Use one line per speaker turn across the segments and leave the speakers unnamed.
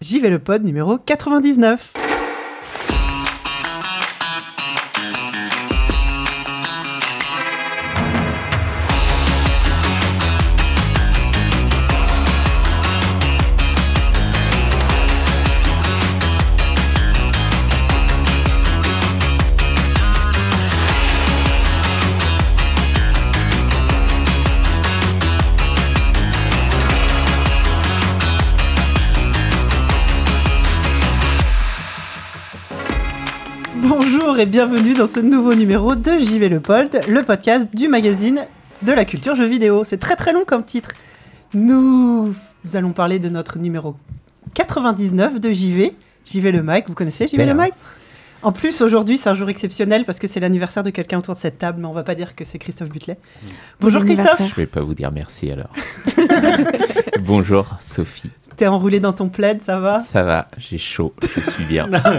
J'y vais le pod numéro 99. Bonjour et bienvenue dans ce nouveau numéro de JV le Pod, le podcast du magazine de la culture jeux vidéo. C'est très très long comme titre. Nous allons parler de notre numéro 99 de JV, JV le Mike. Vous connaissez JV le
Super.
Mike En plus, aujourd'hui, c'est un jour exceptionnel parce que c'est l'anniversaire de quelqu'un autour de cette table, mais on va pas dire que c'est Christophe Butlet. Bonjour
Bon
Christophe,
anniversaire.
Je vais pas vous dire merci alors. Bonjour Sophie.
t'es enroulé dans ton plaid, ça
Ah.
va
Ça va, j'ai chaud, je suis bien. Parce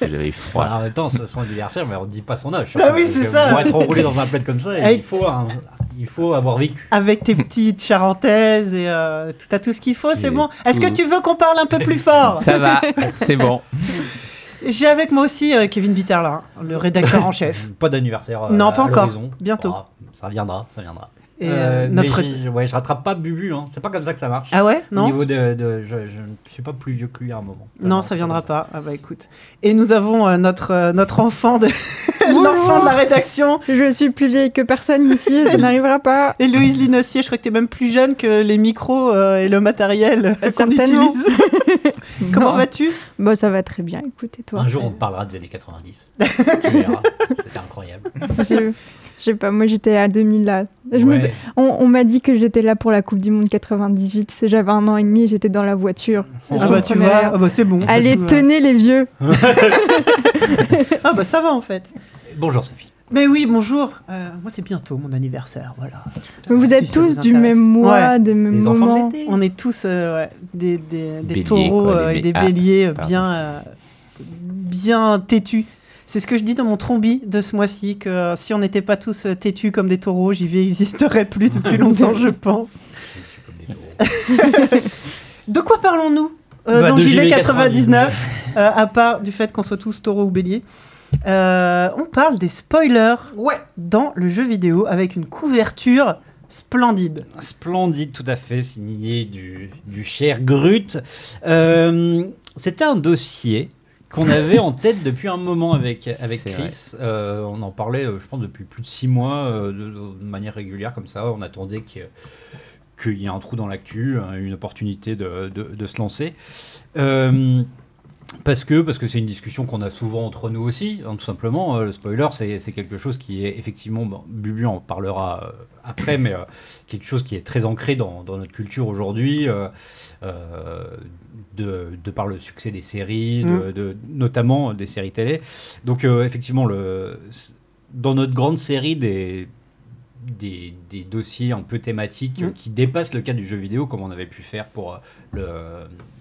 que j'avais
Voilà,
froid.
Bah, en même temps, c'est son anniversaire, mais on ne dit pas son âge.
Ah oui,
Parce
c'est
que
ça.
Pour être enroulé dans un plaid comme ça,
Avec-
il faut, un- il faut avoir vécu.
Avec tes petites charentaises et euh, tout- t'as tout ce qu'il faut, c'est
J'ai
bon. Est-ce que
tout.
tu veux qu'on parle un peu plus fort
Ça va, c'est bon.
J'ai avec moi aussi euh, Kevin Bitterlin, le rédacteur en chef.
Pas d'anniversaire. euh,
Non,
à
pas encore.
l'horizon.
Bientôt.
Ah, ça viendra, ça viendra.
Et
Euh,
euh,
mais
notre.
j'ai- ouais, je rattrape pas Bubu, hein. c'est pas comme ça que ça marche.
Ah ouais
Au
Non
niveau de, de- je, je ne suis pas plus vieux que lui à un moment.
Non,
Vraiment,
ça
c'est
viendra
comme ça.
pas. Ah bah écoute. Et nous avons euh, notre, euh, notre enfant de. L'enfant de la rédaction.
Je suis plus vieille que personne ici, ça n'arrivera pas.
Et Louise Linossier, je crois que t'es même plus jeune que les micros euh, et le matériel euh, qu'on
Certainement.
utilise. Comment
Non.
vas-tu
Bon, ça va très bien, écoute, et toi
Un jour, on te parlera des années 90. tu verras. C'était incroyable.
Je je sais pas, moi j'étais à 2000 là. Je me
Ouais.
suis- On, on m'a dit que j'étais là pour la Coupe du Monde 98, c'est- j'avais un an et demi, j'étais dans la voiture.
Ah
Je
Ah bah tu
comprenais
vois,
rien.
ah bah c'est bon.
Allez,
Tout va.
tenez les vieux
Ah bah ça va en fait.
Bonjour Sophie.
Mais oui, bonjour. Euh, moi c'est bientôt mon anniversaire, voilà.
Vous
Si
êtes
ça
tous
vous
du
intéresse.
même mois,
Ouais.
du même
Les enfants de
moment.
l'été.
On est tous euh, ouais, des, des- des
Bélier,
taureaux
quoi,
euh,
les
et des
bé- Ah,
béliers euh,
pardon.
bien, euh, bien têtus. C'est ce que je dis dans mon trombi de ce mois-ci, que euh, si on n'était pas tous euh, têtus comme des taureaux, j'y vais, existerait plus depuis longtemps, je pense.
Tu peux me dire.
De quoi parlons-nous euh,
Bah,
dans
de
JV99,
JV99,
euh, à part du fait qu'on soit tous taureaux ou béliers Euh, On parle des spoilers
Ouais.
dans le jeu vidéo avec une couverture splendide.
Splendide, tout à fait, signé du, du cher Grut. Euh, C'était un dossier qu'on avait en tête depuis un moment avec, avec
C'est
Chris. Euh, on en parlait, euh, je pense, depuis plus de six mois, euh, de, de manière régulière, comme ça. On attendait que- qu'il y ait un trou dans l'actu, hein, une opportunité de, de- de se lancer. Euh, parce que parce que c'est une discussion qu'on a souvent entre nous aussi, hein, tout simplement. Euh, le spoiler, c'est c'est quelque chose qui est effectivement, bon, Bubu en parlera euh, après, mais euh, quelque chose qui est très ancré dans, dans notre culture aujourd'hui, euh, euh, de, de par le succès des séries, de-
Mm.
de- notamment des séries télé. Donc euh, effectivement, le, dans notre grande série des, des, des dossiers un peu thématiques euh,
Mm.
qui dépassent le cadre du jeu vidéo, comme on avait pu faire pour euh, le...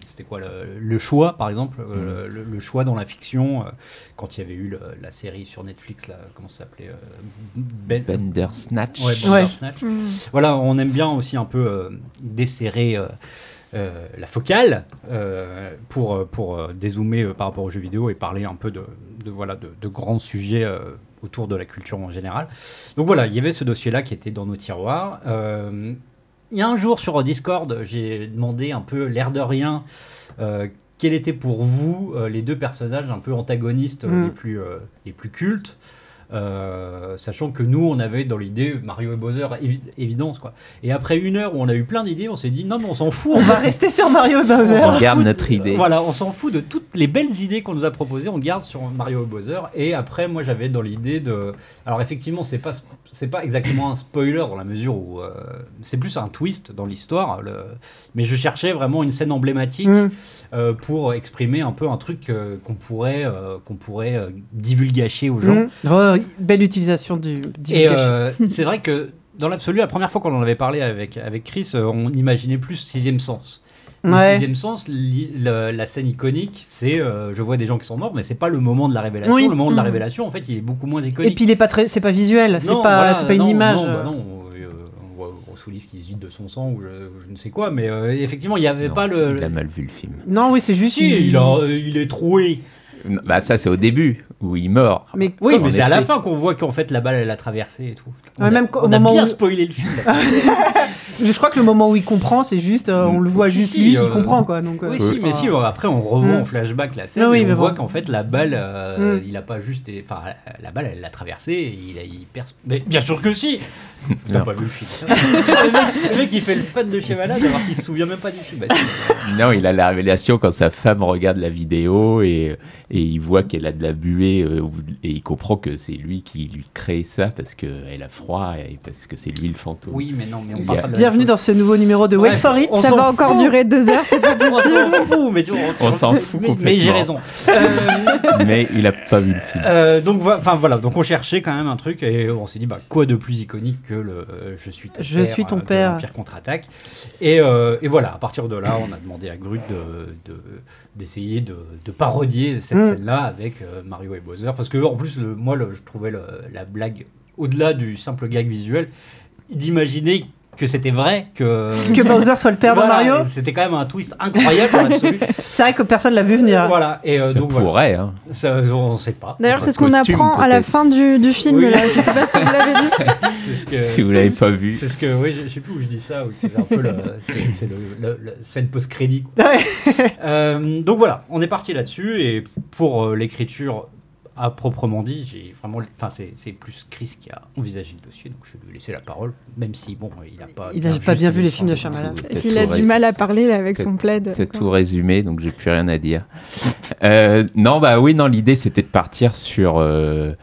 C'était quoi le, le choix, par exemple euh, le, le choix dans la fiction, euh, quand il y avait eu le- la série sur Netflix, là, comment ça s'appelait euh, Ben-
Bandersnatch.
Ouais,
Ouais.
Bandersnatch
Hmm.
voilà, on aime bien aussi un peu euh, desserrer euh, euh, la focale euh, pour, euh, pour euh, dézoomer euh, par rapport aux jeux vidéo et parler un peu de, de, voilà, de, de grands sujets euh, autour de la culture en général. Donc voilà, il y avait ce dossier-là qui était dans nos tiroirs. Euh, il y a un jour sur Discord, j'ai demandé un peu l'air de rien. euh, quels étaient pour vous euh, les deux personnages un peu antagonistes euh,
Mm.
les, plus, euh, les plus cultes euh, sachant que nous, on avait dans l'idée Mario et Bowser, évi- évidence quoi. Et après une heure où on a eu plein d'idées, on s'est dit non, mais on s'en fout,
On va rester sur Mario et Bowser.
On garde notre idée.
voilà, on s'en fout de toutes les belles idées qu'on nous a proposées, on garde sur Mario et Bowser. Et après, moi, j'avais dans l'idée de. Alors, effectivement, c'est pas c'est pas exactement un spoiler dans la mesure où euh, c'est plus un twist dans l'histoire. le- Mais je cherchais vraiment une scène emblématique
Mm.
euh, pour exprimer un peu un truc euh, qu'on pourrait euh, qu'on pourrait euh, divulgacher aux gens.
Mm. Oh, belle utilisation du
Et
divulgation.
euh, c'est vrai que dans l'absolu, la première fois qu'on en avait parlé avec, avec Chris, euh, on imaginait plus sixième sens. Le
Ouais.
sixième sens, li- le- la scène iconique, c'est euh, je vois des gens qui sont morts, mais c'est pas le moment de la révélation.
Oui.
Le moment de la
Mhm.
révélation, en fait, il est beaucoup moins
Et
iconique.
puis il est pas très, c'est pas visuel, c'est pas,
voilà,
c'est pas une
non,
image.
Non, bah non, euh, on voit- on se Soulis qui se vide de son sang ou je, ou je ne sais quoi, mais euh, effectivement, il n'y avait
Non,
pas le.
Il a mal vu le film.
Non, oui, c'est juste.
Si, il, a- il est troué.
Non, Bah ça c'est au début où il meurt.
Mais
Oui,
en
mais c'est à
effet.
la fin qu'on voit qu'en fait la balle elle a traversé et tout. On
Ouais,
a,
même qu'au
on a
moment
bien
où-
spoilé le film.
Je crois que le moment où il comprend, c'est juste, euh, on le voit
Si,
juste
si,
lui qui
euh,
comprend quoi. Donc, euh,
Oui,
c'est
si, mais
pas-
si, bon, après on revoit
Mm.
en flashback la scène
Non, oui,
et on
mais
voit
bon.
qu'en fait la balle, euh,
Mm.
il a pas juste. Enfin, la balle elle l'a traversée et il, a- il perd. Mais bien sûr que si T'as
Non.
pas vu le film. hein. le, mec, le mec, il fait le fan de chez Malade alors qu'il se souvient même pas du film. Bah, si.
Non, il a la révélation quand sa femme regarde la vidéo et, et il voit qu'elle a de la buée euh, au bout de- et il comprend que c'est lui qui lui crée ça parce qu'elle a froid et parce que c'est lui le fantôme.
oui, mais non, mais on
Il
parle
y a-
pas de la
Bienvenue
même
dans ce nouveau numéro de
Bref,
Wait for It.
on
Ça
s'en
va encore
fout.
durer deux heures, c'est pas
chose. on
possible.
s'en
hein.
fout, mais tu-
On s'en
mais-
fout
Mais
complètement.
j'ai raison. Euh,
Mais il a pas vu le film.
Euh, donc vo- enfin voilà, donc on cherchait quand même un truc et on s'est dit bah quoi de plus iconique que le euh, je suis ton
Je
père,
suis ton
euh, de
père.
l'Empire contre-attaque et, euh, et voilà à partir de là on a demandé à Grut de- de- d'essayer de, de parodier cette
Mm.
scène-là avec euh, Mario et Bowser parce que en plus le, moi le- je trouvais le- la blague au-delà du simple gag visuel d'imaginer que c'était vrai que
Que Bowser soit le père
Voilà,
de Mario,
c'était quand même un twist incroyable dans l'absolu.
c'est vrai que personne l'a vu venir.
voilà et euh,
Ça
donc voilà
pourrait, hein.
ça, on ne sait pas
D'ailleurs, c'est ce qu'on
costume,
apprend à la
peut-être.
fin du, du film.
Oui.
Là. Je sais pas si vous l'avez vu.
C'est ce que-
si vous l'avez pas vu.
C'est ce que, oui, je, je sais plus où je dis ça, oui, c'est un peu le, c'est, c'est le, le- le- scène post-crédit. quoi.
Ouais.
Euh, donc voilà, on est parti là-dessus et pour euh, l'écriture à proprement dit, j'ai vraiment, enfin c'est, c'est plus Chris qui a envisagé le dossier, donc je vais lui laisser la parole, même si bon, il n'a pas,
Il a pas
vu
bien
ses
vu les films de
licences et
Shyamalan.
Et
T'as
qu'il a
tout
du
ré-
mal à parler là, avec
T'as-
son plaid.
T'as
quoi.
tout résumé, donc j'ai plus rien à dire. Euh, non, bah oui, non, l'idée c'était de partir sur. euh,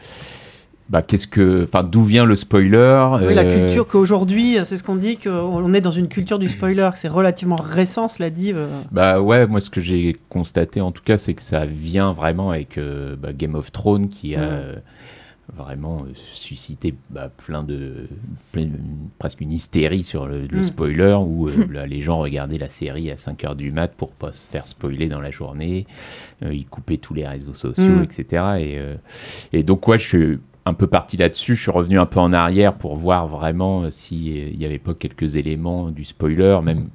bah, qu'est-ce que. Enfin, d'où vient le spoiler
Oui, la
euh,
culture qu'aujourd'hui, c'est ce qu'on dit, qu'on est dans une culture du spoiler, que c'est relativement récent, cela dit. euh.
Bah ouais, moi ce que j'ai constaté en tout cas, c'est que ça vient vraiment avec euh, bah, Game of Thrones qui a
Ouais.
euh, vraiment euh, suscité bah, plein de. plein- presque une hystérie sur le, le
Mm.
spoiler où euh, là, les gens regardaient la série à 5h du mat pour pas se faire spoiler dans la journée. Euh, ils coupaient tous les réseaux sociaux,
Mm.
etc. Et, euh, et donc, ouais, je suis un peu parti là-dessus. Je suis revenu un peu en arrière pour voir vraiment euh, s'il n'y avait pas quelques éléments du spoiler, même.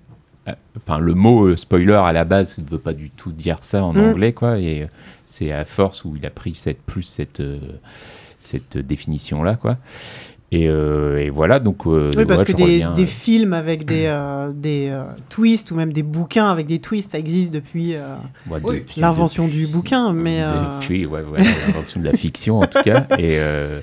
euh, Enfin, le mot euh, spoiler à la base ne veut pas du tout dire ça en
Mm.
anglais, quoi. Et euh, c'est à force où il a pris cette plus cette euh, cette définition-là, quoi. Et, euh, et voilà, donc. euh,
Oui, parce
ouais,
que
je
des,
reviens,
des
euh,
films avec des, euh, des euh, twists ou même des bouquins avec des twists, ça existe depuis euh,
Ouais,
Oui,
de-
l'invention
de-
du bouquin, mais,
de-
euh,
oui, ouais, ouais, l'invention de la fiction en tout cas. Et, euh,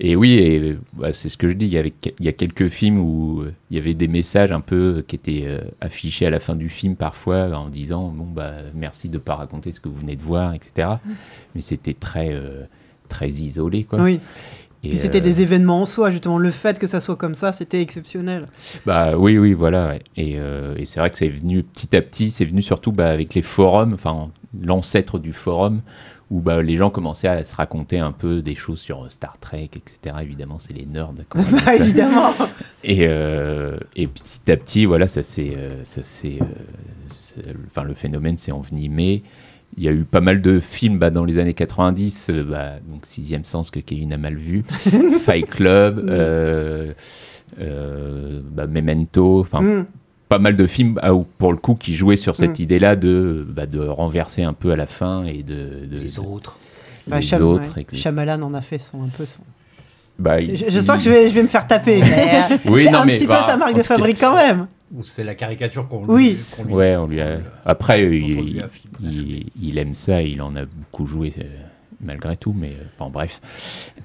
et oui, et, bah, c'est ce que je dis. Il y, avait, que- il y a quelques films où euh, il y avait des messages un peu qui étaient euh, affichés à la fin du film parfois en disant bon bah merci de pas raconter ce que vous venez de voir, etc. Mais c'était très euh, très isolé quoi.
Mm. Oui,
Et,
puis c'était
euh,
des événements en soi, justement. Le fait que ça soit comme ça, c'était exceptionnel.
Bah oui, oui, voilà. ouais. Et, euh, et c'est vrai que c'est venu petit à petit, c'est venu surtout bah, avec les forums, enfin l'ancêtre du forum, où bah, les gens commençaient à se raconter un peu des choses sur euh, Star Trek, etc. Évidemment, c'est les nerds. quand on dit
Bah,
ça.
évidemment
Et, euh, et petit à petit, voilà, ça s'est. euh, ça s'est, euh, c'est- enfin, le phénomène s'est envenimé. Il y a eu pas mal de films bah, dans les années 90, euh, bah, donc Sixième Sens que Kevin a mal vu, Fight Club, euh, euh, bah, Memento, enfin
Mm.
pas mal de films ah, où, pour le coup qui jouaient sur cette
Mm.
idée-là de, bah, de renverser un peu à la fin et de. de
Les
de-
autres.
Bah,
les
Cham-
autres.
ouais.
et que-
Shyamalan en a fait son, un peu son.
bah,
Je,
il-
je sens que je vais, je vais me faire taper, mais euh,
Oui,
c'est
non,
un
mais,
petit
bah,
peu sa
en
marque
tout
de
cas-
fabrique quand même.
Ou c'est la caricature qu'on
Oui.
lui, qu'on lui-
Ouais, on lui a. Après,
dont
euh,
on lui
il,
a filmé.
il, il aime ça, il en a beaucoup joué euh, malgré tout, mais euh, enfin bref.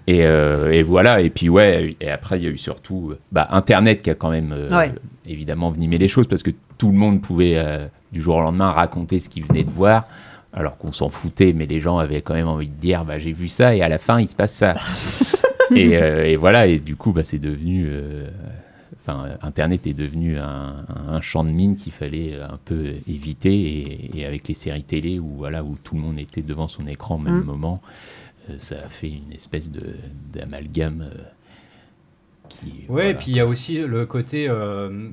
Et, euh, et voilà, et puis ouais, et après il y a eu surtout euh, bah, Internet qui a quand même euh,
Ouais.
évidemment venimé les choses parce que tout le monde pouvait euh, du jour au lendemain raconter ce qu'il venait de voir. Alors qu'on s'en foutait, mais les gens avaient quand même envie de dire bah, j'ai vu ça et à la fin il se passe ça. et, euh, et voilà, et du coup bah, c'est devenu. euh, Enfin, euh, Internet est devenu un, un champ de mine qu'il fallait euh, un peu éviter. Et, et avec les séries télé où, voilà, où tout le monde était devant son écran au même
Mm.
moment, euh, ça a fait une espèce de- d'amalgame. euh, qui,
Ouais, et
voilà.
puis il y a aussi le côté. euh,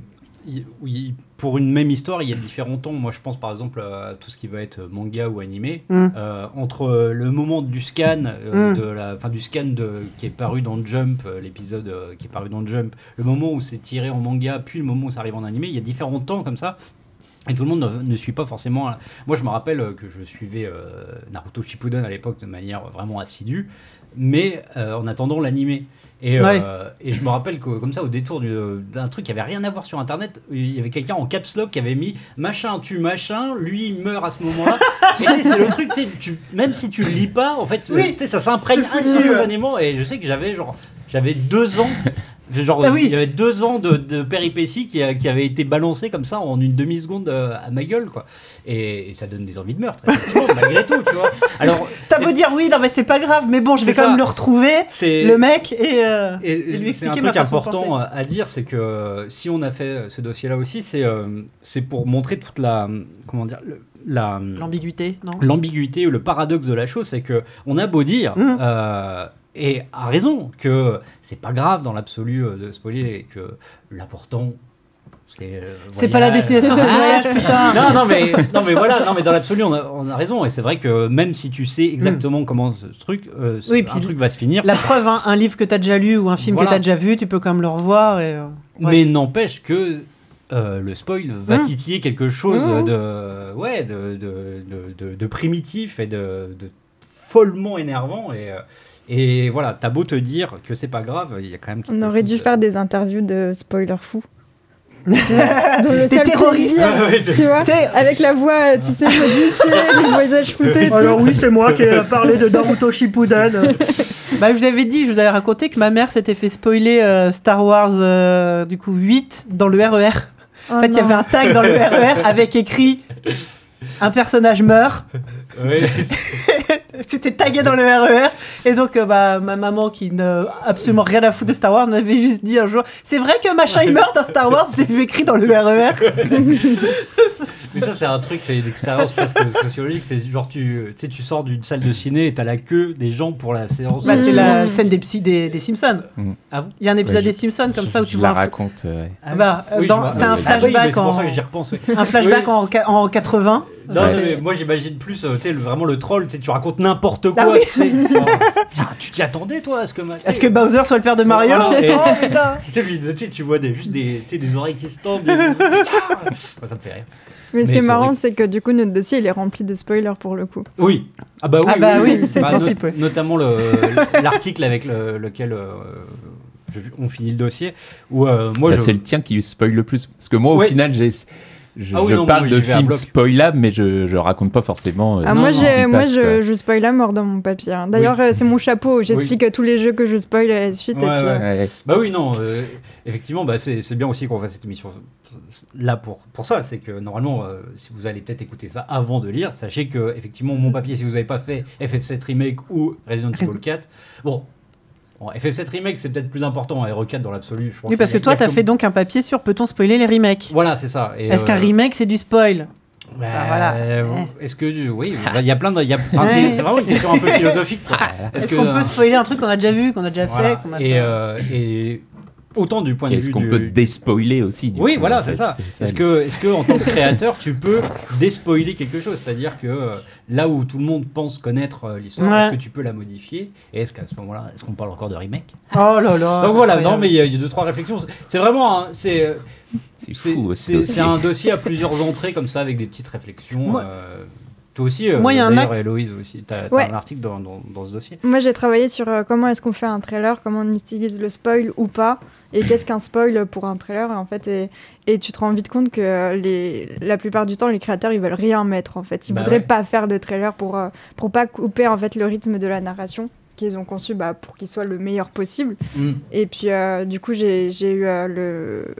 il- où il- pour une même histoire, il y a différents temps. Moi, je pense par exemple à tout ce qui va être manga ou animé.
Mm.
Euh, entre le moment du scan, euh,
Mm.
de la, enfin, du scan de, qui est paru dans Jump, euh, l'épisode euh, qui est paru dans Jump, le moment où c'est tiré en manga, puis le moment où ça arrive en animé, il y a différents temps comme ça. Et tout le monde ne, ne suit pas forcément. un- Moi, je me rappelle euh, que je suivais euh, Naruto Shippuden à l'époque de manière vraiment assidue, mais euh, en attendant l'animé. Et, euh,
Ouais.
et je me rappelle que, comme ça, au détour du- d'un truc qui avait rien à voir sur internet, il y avait quelqu'un en caps lock qui avait mis machin tue machin, lui il meurt à ce moment-là. Et tu sais, c'est le truc, tu sais, tu- même si tu le lis pas, en fait, c'est-
Oui.
tu sais, ça s'imprègne
C'est euh. foutu,
instantanément. Et je sais que j'avais genre, j'avais deux ans. Genre,
Ah oui.
il y avait deux ans de, de péripéties qui, a- qui avaient été balancées comme ça en une demi-seconde euh, à ma gueule, quoi. Et, et ça donne des envies de meurtre, effectivement, malgré tout, tu vois. Alors,
T'as beau dire oui, non mais c'est pas grave, mais bon, je vais
C'est
quand
ça.
même le retrouver,
c'est.
le mec, et, euh,
Et,
et lui
c'est un
expliquer ma
truc
façon de
important à à dire, c'est que euh, si on a fait euh, ce dossier-là aussi, c'est euh, c'est pour montrer toute la comment dire le- la
l'ambiguïté, non
l'ambiguïté ou le paradoxe de la chose, c'est que on a beau dire
Mhm.
euh, et à raison que c'est pas grave dans l'absolu euh, de spoiler et que l'important c'est le
C'est pas la
voyage.
destination, c'est le
Ah,
voyage, putain
non, non, mais, non, mais voilà, non, mais dans l'absolu, on a, on a raison. Et c'est vrai que même si tu sais exactement comment ce truc, euh, ce-
Mm. Oui,
un
puis-
truc va se finir,
La preuve, hein, un livre que t'as déjà lu ou un film
Voilà.
que t'as déjà vu, tu peux quand même le revoir. Et, euh,
Mais n'empêche que euh, le spoil va
Mmh.
titiller quelque chose
Mmh.
de, ouais, de, de, de- de- de primitif et de, de follement énervant. Et, euh, et voilà, t'as beau te dire que c'est pas grave, il y a quand même
On
quelque
aurait dû
chose de-
faire des interviews de spoiler fou. Dont le
Des
seul
terroristes.
plaisir,
Ouais, ouais,
Tu vois
T'es- Oh,
Avec la voix, euh, tu sais, modifiée, les voisages foutés.
Alors oui, c'est moi qui ai parlé de Naruto Shippuden. bah, je vous avais dit, je vous avais raconté que ma mère s'était fait spoiler euh, Star Wars euh, du coup 8 dans le RER.
Ah
En fait, il y avait un tag dans le RER avec écrit un personnage meurt.
ouais.
C'était tagué dans le RER. Et donc, euh, bah, ma maman, qui n'a absolument rien à foutre de Star Wars, m'avait juste dit un jour C'est vrai que machin il meurt dans Star Wars, je l'ai vu écrit dans le E RER.
Mais ça, c'est un truc, c'est une expérience presque sociologique. C'est genre, tu, tu sais, tu sors d'une salle de ciné et t'as la queue des gens pour la séance.
Bah, c'est
Mm.
la scène des, psy- des, des Simpsons.
Mm.
Ah bon
Il y a un épisode des
Ouais,
Simpsons comme
Je-
ça où tu
je
vois.
la
un fl-
raconte. euh,
Ah bah, euh,
Oui, je
dans-
vois.
c'est un
Ah
Ah oui, mais
oui, mais
flashback
c'est pour
en.
ça que j'y repense. oui.
Un flashback
Oui.
en, ca- en 80.
Non,
Ça,
mais
c'est-
moi j'imagine plus euh, tu sais, le- vraiment le troll, tu sais, tu racontes n'importe quoi.
Ah oui.
tu sais, genre, Putain, tu t'y attendais toi à ce que. ma-
Est-ce que Bowser soit le père de Mario
Voilà, et-
Oh, putain.
Tu sais, puis, tu sais, tu vois des, juste des, tu sais, des oreilles qui se tendent. Des... Moi, ça me fait rire.
Mais ce qui
Mais
est
c'est
marrant,
horrible.
c'est que du coup, notre dossier, il est rempli de spoilers pour le coup.
Oui. Ah bah oui,
Ah bah oui, c'est le
no-
principe, ouais.
Notamment le- l'article avec le- lequel euh, je- on finit le dossier. Où, euh, moi,
bah,
je...
C'est le tien qui spoil le plus. Parce que moi, au
Ouais.
final, j'ai. Je,
Ah oui,
je
non, moi,
parle
j'y
de
vais à
films
bloc.
spoilables, mais je, je raconte pas forcément. euh,
Ah,
ce
moi,
qui s'y
j'ai, moi
passe, quoi.
je, je spoil à mort dans mon papier. hein. D'ailleurs, euh, c'est mon chapeau. J'explique euh, tous les jeux que je spoil à la suite. et
Ouais,
puis,
ouais.
euh,
Ouais.
Bah oui, non, euh, effectivement, bah c'est c'est bien aussi qu'on fasse cette émission là pour, pour ça. C'est que normalement, euh, si vous allez peut-être écouter ça avant de lire, sachez que, effectivement, mon papier, si vous n'avez pas fait FF7 Remake ou Resident Evil 4, bon, bon, FF7 Remake, c'est peut-être plus important, hein, et RE4 dans l'absolu, je pense.
Oui, parce que
qu'il y a-
toi,
il y a
t'as fait donc un papier sur peut-on spoiler les remakes
Voilà, c'est ça. Et,
Est-ce
euh,
qu'un remake c'est du spoil
bah,
Ah, voilà.
euh, Est-ce que. du- Oui, bah, il y a plein de. il y a- enfin, c'est c'est vraiment une question un peu philosophique. quoi.
Ah, Est-ce qu'on peut spoiler un truc qu'on a déjà vu, qu'on a déjà
Voilà.
fait qu'on a
et,
déjà-
euh, et autant du point de vue.
Est-ce qu'on
du-
peut déspoiler aussi du
Oui,
coup, en
voilà, c'est
fait,
ça. Est-ce
le-
que, est-ce que, en tant que créateur, tu peux déspoiler quelque chose C'est-à-dire que euh, là où tout le monde pense connaître euh, l'histoire,
Ouais.
est-ce que tu peux la modifier Et est-ce qu'à ce moment-là, est-ce qu'on parle encore de remake
Oh là là
Donc voilà,
incroyable.
non, mais il y, a il y a deux, trois réflexions. C'est- C'est vraiment, un- c'est, euh,
C'est
c'est,
fou
c'est-
aussi.
c'est un dossier à plusieurs entrées comme ça, avec des petites réflexions.
Moi-
euh, toi aussi, euh,
Moi, il y a un
d'ailleurs,
axe-
Héloïse aussi, t'as, t'as
Ouais.
un article dans, dans- dans ce dossier.
Moi, j'ai travaillé sur euh, comment est-ce qu'on fait un trailer, comment on utilise le spoil ou pas, et qu'est-ce qu'un spoil pour un trailer, en fait. Et, et tu te rends vite compte que euh, les, la plupart du temps, les créateurs, ils veulent rien mettre, en fait. Ils
Bah
voudraient
ouais.
pas faire de trailer pour, euh, pour pas couper, en fait, le rythme de la narration qu'ils ont conçu bah, pour qu'il soit le meilleur possible.
Mm.
Et puis, euh, du coup, j'ai j'ai eu euh, le,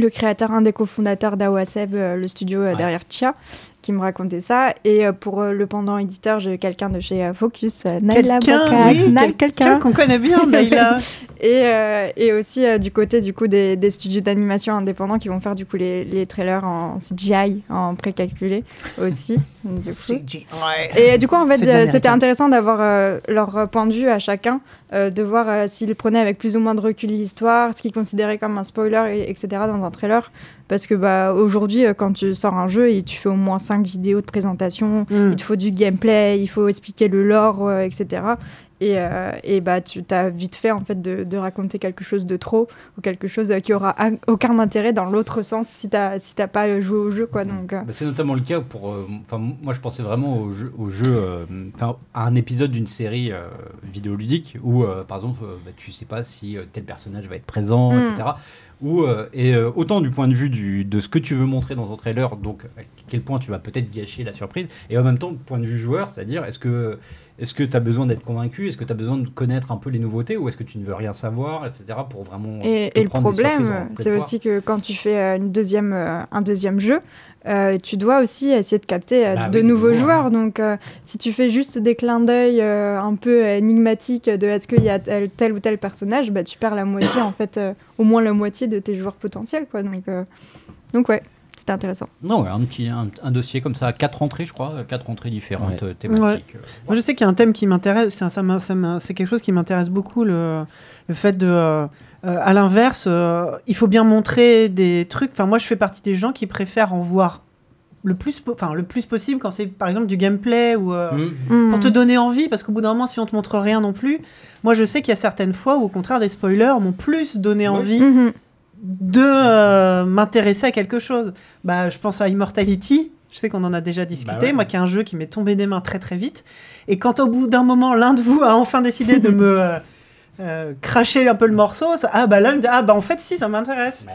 le créateur, un des cofondateurs d'Awaseb, euh, le studio euh,
Ouais.
derrière Chia, qui me racontait ça. Et euh, pour euh, le pendant éditeur, j'ai eu quelqu'un de chez euh, Focus, euh, Naila
Quelqu'un,
Bocas,
oui,
Nail-
quelqu'un qu'on connaît bien, Naila.
Et, euh, et aussi euh, du côté du coup des, des studios d'animation indépendants qui vont faire du coup les, les trailers en CGI, en précalculé aussi. du coup. Et du coup, en
C'est
fait,
de
euh,
l'américain.
c'était intéressant d'avoir euh, leur euh, point de vue à chacun, euh, de voir euh, s'ils prenaient avec plus ou moins de recul l'histoire, ce qu'ils considéraient comme un spoiler, et- etc. dans un trailer. Parce que bah, aujourd'hui, euh, quand tu sors un jeu et tu fais au moins 5 vidéos de présentation,
Hmm.
il te faut du gameplay, il faut expliquer le lore, euh, etc. Et, euh, et bah, tu t'as vite fait en fait de, de raconter quelque chose de trop ou quelque chose euh, qui aura un- aucun intérêt dans l'autre sens si t'as si t'as pas joué au jeu quoi. Donc, euh,
Bah, c'est notamment le cas pour. euh, Enfin, moi, je pensais vraiment au jeu, au jeu, euh, enfin, à un épisode d'une série euh, vidéoludique où, euh, par exemple, euh, bah, tu sais pas si euh, tel personnage va être présent,
Mm.
etc. Ou euh, et euh, autant du point de vue du, de ce que tu veux montrer dans ton trailer, donc à quel point tu vas peut-être gâcher la surprise, et en même temps, point de vue joueur, c'est-à-dire est-ce que est-ce que tu as besoin d'être convaincu, est-ce que tu as besoin de connaître un peu les nouveautés, ou est-ce que tu ne veux rien savoir, etc. Pour vraiment. te
Et, et le
prendre des surprises en
problème, euh,
pleine
c'est
poire.
aussi que quand tu fais euh, une deuxième, euh, un deuxième jeu, euh, tu dois aussi essayer de capter euh,
Bah
de
oui,
nouveaux
toujours,
joueurs. Donc, euh, si tu fais juste des clins d'œil euh, un peu énigmatiques de est-ce qu'il y a tel, tel ou tel personnage, bah, tu perds la moitié, en fait, euh, au moins la moitié de tes joueurs potentiels. Quoi. Donc, euh, donc, ouais, c'était intéressant.
Non, ouais, un petit un, un dossier comme ça, quatre entrées, je crois, quatre entrées différentes
Ouais.
euh, thématiques.
Moi, je sais qu'il y a un thème qui m'intéresse, c'est un- ça m'in- ça m'in- c'est quelque chose qui m'intéresse beaucoup, le, le fait de. euh, euh, à l'inverse, euh, il faut bien montrer des trucs. Enfin, moi, je fais partie des gens qui préfèrent en voir le plus, po- enfin, le plus possible quand c'est, par exemple, du gameplay ou. euh,
Mm.
Pour te
Mm.
donner envie, parce qu'au bout d'un moment, si on te montre rien non plus, moi je sais qu'il y a certaines fois où, au contraire, des spoilers m'ont plus donné
Ouais.
envie
Mhm.
de euh, m'intéresser à quelque chose. Bah, je pense à Immortality. Je sais qu'on en a déjà discuté.
Bah
ouais.
Moi, qui est un jeu qui m'est tombé des mains très très vite. Et quand au bout d'un moment, l'un de vous a enfin décidé de me euh, euh, cracher un peu le morceau, ça- ah bah là, je me dis, ah bah en fait si, ça
Bah.
m'intéresse.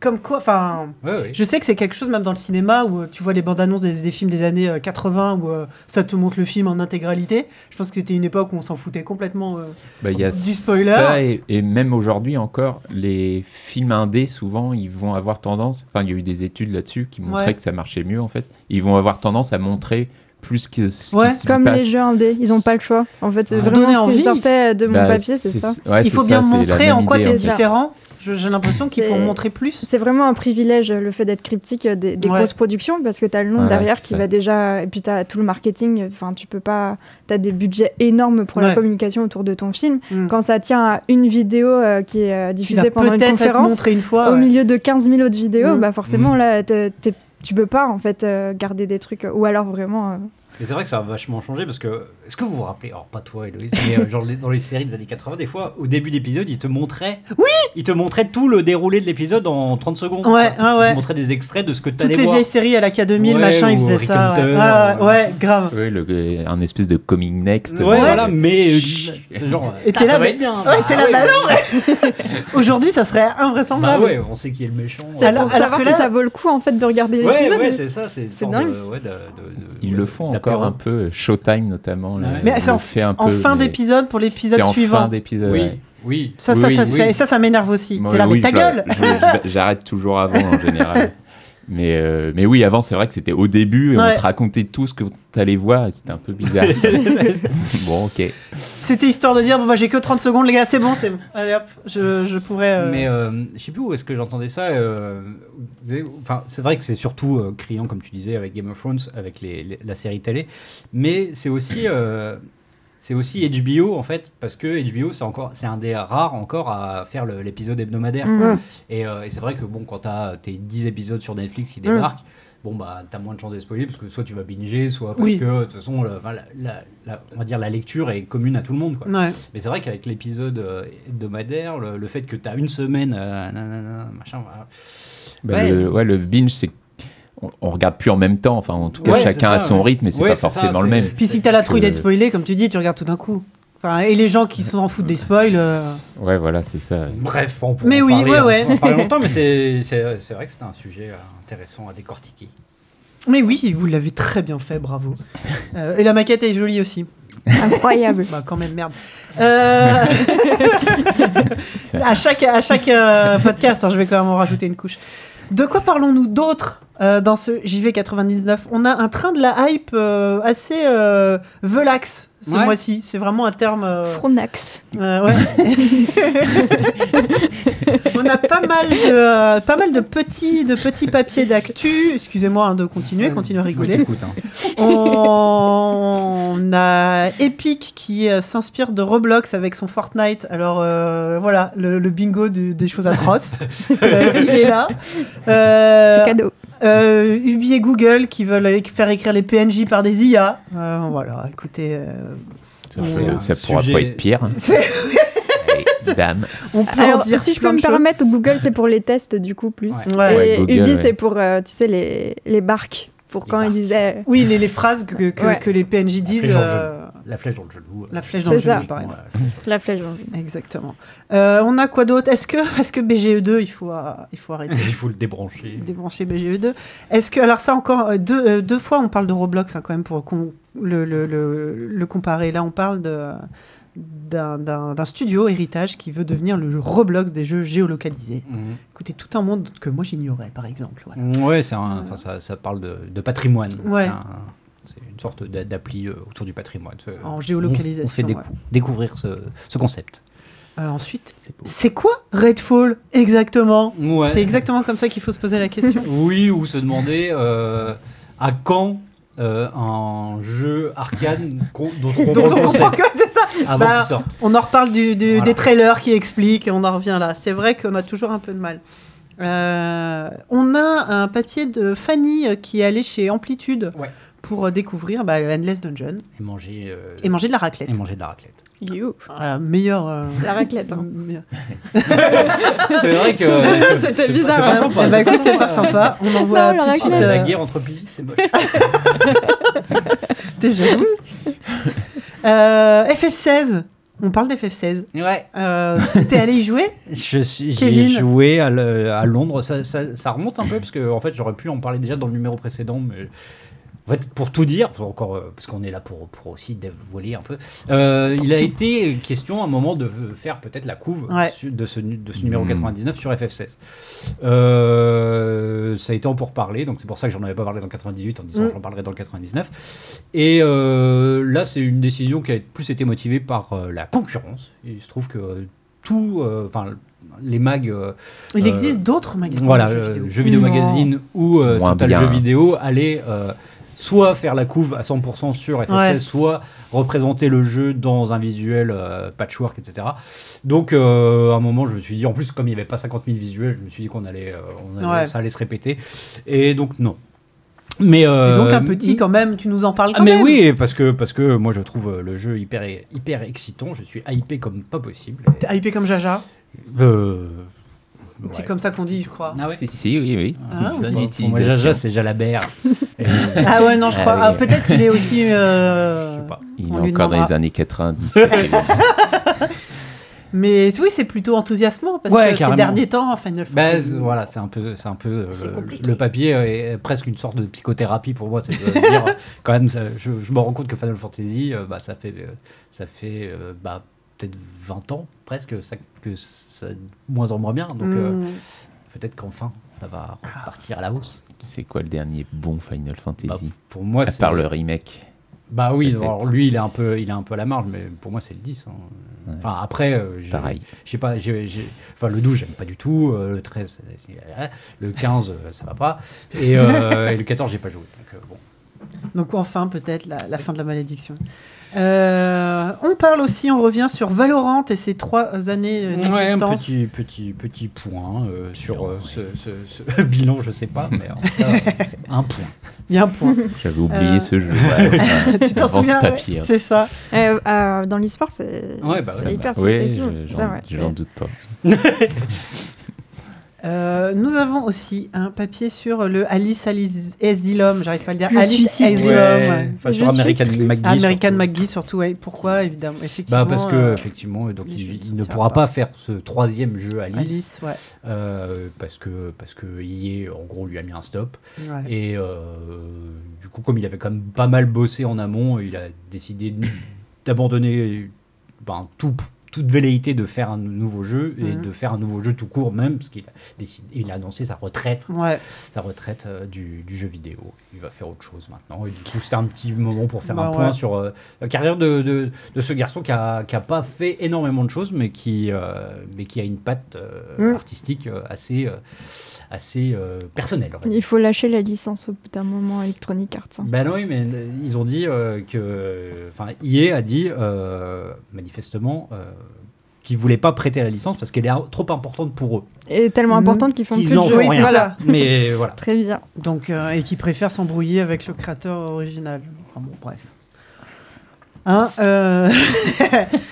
Comme quoi, enfin,
Ouais, ouais.
je sais que c'est quelque chose, même dans le cinéma, où euh, tu vois les bandes annonces des, des films des années euh, 80, où euh, ça te montre le film en intégralité. Je pense que c'était une époque où on s'en foutait complètement. euh.
Bah, il y a
Du spoiler.
ça et, et même aujourd'hui encore, les films indés souvent ils vont avoir tendance. Enfin, il y a eu des études là-dessus qui montraient
Ouais.
que ça marchait mieux en fait. Ils vont avoir tendance à montrer plus que ce
Ouais,
qui s'y
Comme
passe.
les jeux indés, ils n'ont pas le choix. En fait, c'est
Pour
vraiment
Ah. donner
ce qui
envie,
sortait de mon
Bah,
papier, c'est ça.
ouais,
Il faut
c'est
bien
ça, c'est la
montrer
même
en quoi tu
idée,
es
fait.
différent. Je- J'ai l'impression qu'il faut
C'est-
en montrer plus.
C'est vraiment un privilège le fait d'être critique euh, des, des
Ouais.
grosses productions parce que tu as le nom
Ouais,
derrière
c'est
qui
ça.
va déjà et puis tu as tout le marketing enfin tu peux pas tu as des budgets énormes pour
Ouais.
la communication autour de ton film
Mm.
quand ça tient à une vidéo euh, qui est euh,
Qui va
diffusée pendant une
peut-être être
conférence
montré une fois.
au
ouais.
milieu de 15 000 autres vidéos
Mm.
bah forcément
Mm.
là t'es- t'es- tu peux pas en fait euh, garder des trucs ou alors vraiment euh,
Et c'est vrai que ça a vachement changé parce que. Est-ce que vous vous rappelez Alors, pas toi, Héloïse, mais euh, genre les- dans les séries des années 80, des fois, au début d'épisode, ils te montraient.
Oui
Ils te montraient tout le déroulé de l'épisode en 30 secondes.
Ouais,
quoi.
ouais, ouais.
Ils te montraient des extraits de ce que tu
Toutes
allais
les
voir.
vieilles séries à la K2000,
Ouais,
machin, ils
ou
faisaient
Rick
ça.
Hunter,
ouais. Ah,
euh,
ouais, grave.
Ouais, le- un espèce de coming next.
Ouais,
Ouais.
voilà, mais. euh, c'est genre. euh,
Et
Putain,
t'es là,
Ah, ça va
mais-
être bien.
Ouais, t'es là, bah non, Aujourd'hui, ça serait
Bah
invraisemblable.
ouais, on sait qui est le méchant.
c'est
Alors-
pour
alors
savoir
que
si
là-
ça vaut le coup en fait de regarder
Ouais,
l'épisode
ouais, c'est ça, c'est une
C'est
sorte
dingue.
de- ouais, de- de- de-
Ils le font encore hein.
d'apéro.
un peu. Showtime notamment. là,
Ouais.
Mais
le
c'est en-
fait un
En
peu,
fin
mais
d'épisode pour l'épisode
c'est en
suivant.
fin d'épisode.
Oui,
ouais.
oui.
Ça, ça,
Oui,
ça se
oui.
fait. Et ça, ça m'énerve aussi.
Moi,
T'es là,
oui,
mais ta
je-
gueule
je- je- J'arrête toujours avant en général. Mais, euh, mais oui, avant, c'est vrai que c'était au début et
Ouais.
on te racontait tout ce que t'allais voir et c'était un peu bizarre. bon, ok.
C'était histoire de dire, bon, bah, j'ai que 30 secondes, les gars, c'est bon, c'est bon. Allez hop, je, je pourrais. euh,
Mais euh, je sais plus où est-ce que j'entendais ça. euh, vous savez, enfin, c'est vrai que c'est surtout euh, criant, comme tu disais, avec Game of Thrones, avec les- les- la série télé. Mais c'est aussi, euh, c'est aussi HBO en fait, parce que HBO c'est encore, c'est un des rares encore à faire le- l'épisode hebdomadaire.
Mm.
Mm.
Et, euh, et c'est vrai que bon, quand t'as tes 10 épisodes sur Netflix qui
Mm.
débarquent, bon bah t'as moins de chances d'être spoilé parce que soit tu vas binger, soit parce
Oui.
que de toute façon, la- enfin, la- la- la- on va dire la lecture est commune à tout le monde. Quoi.
Ouais.
Mais c'est vrai qu'avec l'épisode euh, hebdomadaire, le, le fait que tu as une semaine, euh, nanana, machin, voilà.
Bah,
Ouais.
Le, ouais, le binge, c'est on, on regarde plus en même temps. Enfin, en tout cas,
Ouais, c'est
chacun
ça,
a son
ouais.
rythme et c'est
Ouais,
pas
c'est ça,
forcément le
c'est-
même.
Puis si t'as la trouille
que-
d'être spoilé, comme tu dis, tu regardes tout d'un coup. Enfin, et les gens qui s'en foutent des spoils. euh,
Ouais, voilà, c'est ça.
Bref, on pourra
Mais
en
oui,
parler,
ouais,
on
ouais.
pourra en parler longtemps, mais c'est c'est- c'est vrai que c'était un sujet euh, intéressant à décortiquer.
Mais oui, vous l'avez très bien fait, bravo. Euh, et la maquette est jolie aussi.
incroyable
Bah, quand même, merde. Euh, à chaque, à chaque euh, podcast, hein, je vais quand même en rajouter une couche. De quoi parlons-nous d'autre Euh, dans ce JV99, on a un train de la hype euh, assez euh, velax ce
Ouais.
mois-ci. C'est vraiment un terme. euh,
Fronax.
euh, ouais. on a pas mal de, euh, pas mal de, petits, de petits papiers d'actu. Excusez-moi hein, de continuer, continuez à
Moi, je
rigoler.
t'écoute, hein.
On a Epic qui euh, s'inspire de Roblox avec son Fortnite. Alors euh, voilà, le, le bingo du- des choses atroces. Euh, il est là. Euh,
C'est cadeau.
euh, Ubi et Google qui veulent é- faire écrire les PNJ par des IA. Euh, voilà, écoutez, euh,
Ça,
Ouais.
c'est-
Un
ça pourra
sujet-
pas être pire.
c'est-
Allez, Dame.
on peut en
Alors,
dire
si je
plein
peux me
de choses.
permettre, Google, c'est pour les tests, du coup, plus.
Ouais.
Ouais.
Ouais,
Et
Google,
Ubi,
ouais.
c'est pour, euh, tu sais, les, les barques. Pour
Les
quand
barques.
ils disaient. euh,
Oui, les, les phrases que, que,
Ouais.
que les PNJ disent.
genre
euh,
La flèche dans le genou.
La flèche dans le
C'est ça.
genou, par exemple.
La flèche
Exactement. Euh, on a quoi d'autre Est-ce que, est que BGE2, il faut, euh, il faut arrêter
Il faut le débrancher.
débrancher BGE2. Est-ce que, alors ça encore, euh, deux, euh, deux fois on parle de Roblox hein, quand même pour qu'on- le, le- le- le comparer. Là on parle de- d'un- d'un d'un studio héritage qui veut devenir le jeu Roblox des jeux géolocalisés. Écoutez, tout un monde que moi j'ignorais par exemple. voilà.
Mm. Ouais, c'est un- enfin, ça, ça parle de, de patrimoine.
Ouais.
C'est un- C'est une sorte d'a- d'appli euh, autour du patrimoine. C'est-
En
on-
géolocalisation,
On fait décou-
ouais.
découvrir ce, ce concept.
Euh, ensuite,
C'est beau.
c'est quoi Redfall exactement
Ouais.
C'est exactement comme ça qu'il faut se poser la question.
Oui, ou se demander euh, à quand euh, un jeu arcade qu'on- dont on
Donc
comprend
on
le
comprend
concept
que c'est ça.
avant
Bah,
qu'il sorte.
On en reparle du- du-
Voilà.
des trailers qui expliquent et on en revient là. C'est vrai qu'on a toujours un peu de mal. Euh, on a un papier de Fanny euh, qui est allée chez Amplitude
Ouais.
pour euh, découvrir bah, le Endless Dungeon
Et manger, euh,
et manger de la raclette.
et manger de la raclette.
You.
Voilà, meilleur. euh,
La raclette. hein.
meilleur.
C'est vrai que. euh,
C'était
C'est
bizarre.
pas
hein.
sympa.
Eh ben,
c'est pas
écoute, c'est
sympa.
pas sympa. On envoie
Non,
tout
la
de suite.
Ah, la
euh,
guerre entre Billy, c'est moche.
T'es jalouse Euh, FF16. On parle d'FF16.
Ouais,
Euh, T'es allé y jouer
je suis- j'ai
Kevin.
joué à, le- à Londres. Ça, ça- ça remonte un peu parce que en fait, j'aurais pu en parler déjà dans le numéro précédent, mais en fait, pour tout dire, pour encore euh, parce qu'on est là pour, pour aussi dévoiler un peu. euh, il a été question à un moment de faire peut-être la couve
Ouais.
su- de, ce, nu- de ce numéro
Mm.
99 sur FF16. Euh, ça a été en pourparler, donc c'est pour ça que j'en avais pas parlé dans 98 en disant
Mm.
j'en parlerai dans le 99. Et euh, là, c'est une décision qui a plus été motivée par euh, la concurrence. Il se trouve que euh, tout, euh, enfin les mags, euh,
Il
Euh,
existe d'autres magasins
voilà,
de jeux
euh,
vidéo.
jeux vidéo
Non.
magazine ou euh,
Moins
Total
bien.
Jeux vidéo allaient euh, soit faire la couve à 100% sur FF16,
Ouais.
soit représenter le jeu dans un visuel euh, patchwork, etc. Donc euh, à un moment, je me suis dit, en plus comme il n'y avait pas 50 000 visuels, je me suis dit qu'on allait, euh, on allait-
Ouais.
ça allait se répéter. Et donc non. Mais euh,
Et donc un petit quand même, tu nous en parles quand
ah, mais
même.
oui, parce que, parce que moi je trouve euh, le jeu hyper, hyper excitant, je suis hypé comme pas possible.
T'es hypé comme Jaja.
Euh,
C'est
ouais.
comme ça qu'on dit, je crois.
Ah ouais
Si, si, oui, oui.
Ah, ok.
Bonne
Pour moi,
utilisation.
Jaja, c'est Jalabert. Et, euh,
Ah ouais, non, je
Ah
crois.
oui.
Ah, Peut-être qu'il est aussi. euh,
je sais pas.
Il est
On lui
encore dans les
demandera.
années 90. c'était bon.
Mais oui, c'est plutôt enthousiasmant parce
Ouais,
que ces
carrément.
derniers temps, Final Fantasy.
Base, voilà, bah, c'est un peu, c'est un peu euh,
C'est compliqué.
le papier est presque une sorte de psychothérapie pour moi. C'est de dire quand même, ça- je, je me rends compte que Final Fantasy, euh, bah, ça fait, euh, ça fait euh, bah, peut-être 20 ans presque ça, que ça de moins en moins bien. Donc
Mm.
euh, peut-être qu'enfin ça va repartir à la hausse.
C'est quoi le dernier bon Final
Bah,
Fantasy
pour moi,
Ah, À
c'est
part le remake.
Bah oui,
Peut-être.
alors lui il est un peu, il est un peu à la marge, mais pour moi c'est le 10. hein.
Ouais.
Enfin après, euh, j'ai-
Pareil.
Je sais pas, j'ai- j'ai- enfin le 12 j'aime pas du tout, euh, le 13, c'est- c'est- le 15 euh, ça va pas, et, euh, et le 14 j'ai pas joué. Donc, euh, bon.
Donc enfin, peut-être la, la fin de la malédiction. Euh, on parle aussi, on revient sur Valorant et ses trois années euh,
Ouais, un
d'existence.
petit, petit, petit point euh, sur euh, ce, ce- ce- bilan, je sais pas, mais en tout cas, un point.
Il y a un point.
J'avais oublié
Euh,
ce jeu. ouais, enfin,
tu t'en
avant ce
souviens ouais,
papier.
hein.
C'est ça.
Euh, euh, dans l'e-sport, c'est
Ouais, bah
c'est
ouais.
hyper
Oui,
successful.
je-
Ça,
j'en
ouais,
j'en
c'est-
doute pas.
Euh, nous avons aussi un papier sur le Alice Alice Asylum. J'arrive pas à le dire.
Je suis
Alice
si
Asylum.
Ouais,
ouais.
enfin,
Je
sur
suis
American
triste.
McGee.
American
surtout.
McGee surtout. Ouais. Pourquoi évidemment Effectivement.
Bah parce que
euh,
effectivement, donc
les jeux ne
il, il ne
sortiront
pourra
pas.
pas faire ce troisième jeu Alice.
Alice, ouais.
Euh, parce que parce que EA, en gros lui a mis un stop
ouais.
et euh, du coup comme il avait quand même pas mal bossé en amont il a décidé d'abandonner ben, tout toute velléité de faire un nouveau jeu et
Mhm.
de faire un nouveau jeu tout court même, parce qu'il a, décidé- il a annoncé sa retraite,
Ouais.
sa retraite euh, du, du jeu vidéo. Il va faire autre chose maintenant. Et du coup, c'était un petit moment pour faire
Bah
un point
ouais.
sur euh, la carrière de, de- de ce garçon qui a, qui a pas fait énormément de choses, mais qui, euh, mais qui a une patte euh,
Mhm.
artistique euh, assez, euh, assez euh, personnelle. on va dire.
Il faut lâcher la licence au bout d'un moment Electronic Arts. hein.
Ben non, oui, mais euh, ils ont dit euh, que. Enfin, IE a dit, euh, manifestement, euh, qu'ils voulaient pas prêter la licence parce qu'elle est a- trop importante pour eux.
Et tellement
Mhm.
importante qu'ils font
Mm. Ils
plus de
n'en
jeux.
Oui,
font rien.
c'est ça.
Mais voilà.
Très bien.
Donc, euh, et qui préfère s'embrouiller avec le créateur original. Enfin bon, bref. Hein, euh,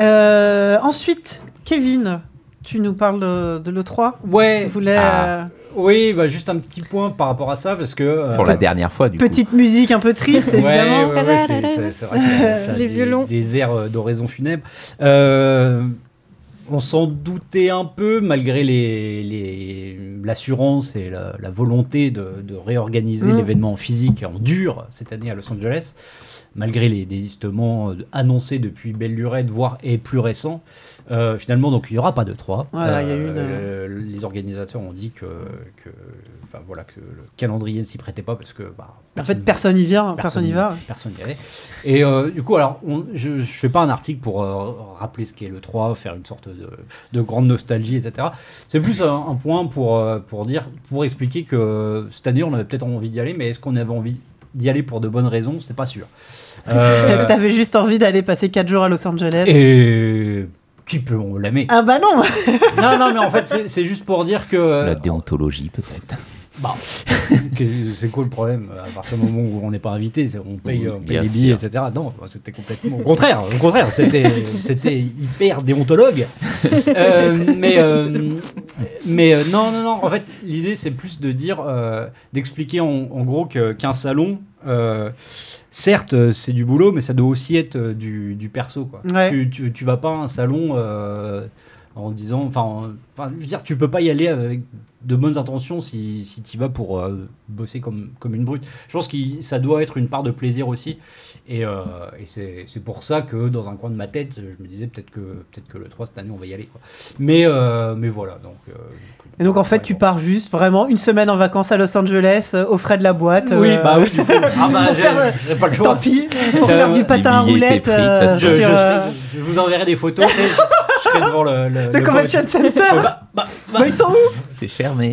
euh, ensuite, Kevin, tu nous parles de, l'E3.
Ouais.
Tu voulais
Ah.
euh,
Oui, bah, juste un petit point par rapport à ça parce que. euh,
Pour la dernière fois, du
petite musique un peu triste,
Ouais,
évidemment.
ouais, ouais, c'est- c'est- c'est vrai que ça- ça a
Les
des-
violons.
Des airs euh, d'oraison funèbre. Euh, on s'en doutait un peu, malgré les- les- l'assurance et la, la volonté de, de réorganiser
Mm.
l'événement en physique en dur cette année à Los Angeles, malgré les désistements euh, annoncés depuis belle lurette, voire et plus récents. Euh, finalement, donc il n'y aura pas de 3.
Voilà, il y a eu une,
Les organisateurs ont dit que, que, enfin, voilà, que le calendrier ne s'y prêtait pas parce que. bah,
En fait,
ne-
personne n'y vient, personne n'y va.
Personne n'y allait. Et euh, du coup, alors, on- je ne fais pas un article pour euh, rappeler ce qu'est le 3, faire une sorte de, de grande nostalgie, etc. C'est plus un, un point pour, euh, pour dire, pour expliquer que euh, cette année, on avait peut-être envie d'y aller, mais est-ce qu'on avait envie d'y aller pour de bonnes raisons C'est pas sûr. Euh,
T'avais juste envie d'aller passer 4 jours à Los Angeles.
et qui peut on l'aimer
Ah bah non
Non, non, mais en fait, c'est- c'est juste pour dire que.
coup. La
euh,
déontologie, peut-être.
Bah, que- c'est quoi le problème À partir du moment où on n'est pas invité, c'est- on paye, on paye
Bien
les billets,
sûr.
etc. Non, bah, c'était complètement. Au contraire, au contraire, c'était c'était hyper déontologue. Euh, mais euh, mais euh, non, non, non. En fait, l'idée, c'est plus de dire, euh, d'expliquer en, en gros que- qu'un salon. euh, Certes, euh, c'est du boulot, mais ça doit aussi être euh, du, du perso. Quoi.
Ouais.
Tu, tu, tu vas pas à un salon euh, en disant. Enfin, en- enfin, je veux dire, tu peux pas y aller avec de bonnes intentions si, si tu vas pour euh, bosser comme, comme une brute. Je pense que ça doit être une part de plaisir aussi. Et, euh, et c'est c'est pour ça que dans un coin de ma tête, je me disais peut-être que, peut que le 3 cette année, on va y aller. Quoi. Mais, euh, mais voilà. Donc, euh,
Et donc en fait, tu pars juste vraiment une semaine en vacances à Los Angeles, euh, aux frais de la boîte.
Oui,
euh,
bah oui, du coup. Ah bah, j'ai- j'ai pas le choix.
Tant pis, pour
Euh,
faire du patin à
Les billets
roulette
étaient pris, de toute façon.
Je, je
sur euh,
serai- je vous enverrai des photos. tu sais, je, je serai devant le, le,
le
le
convention
Euh,
center.
bah, bah, bah,
Bah, ils sont où
C'est cher, mais.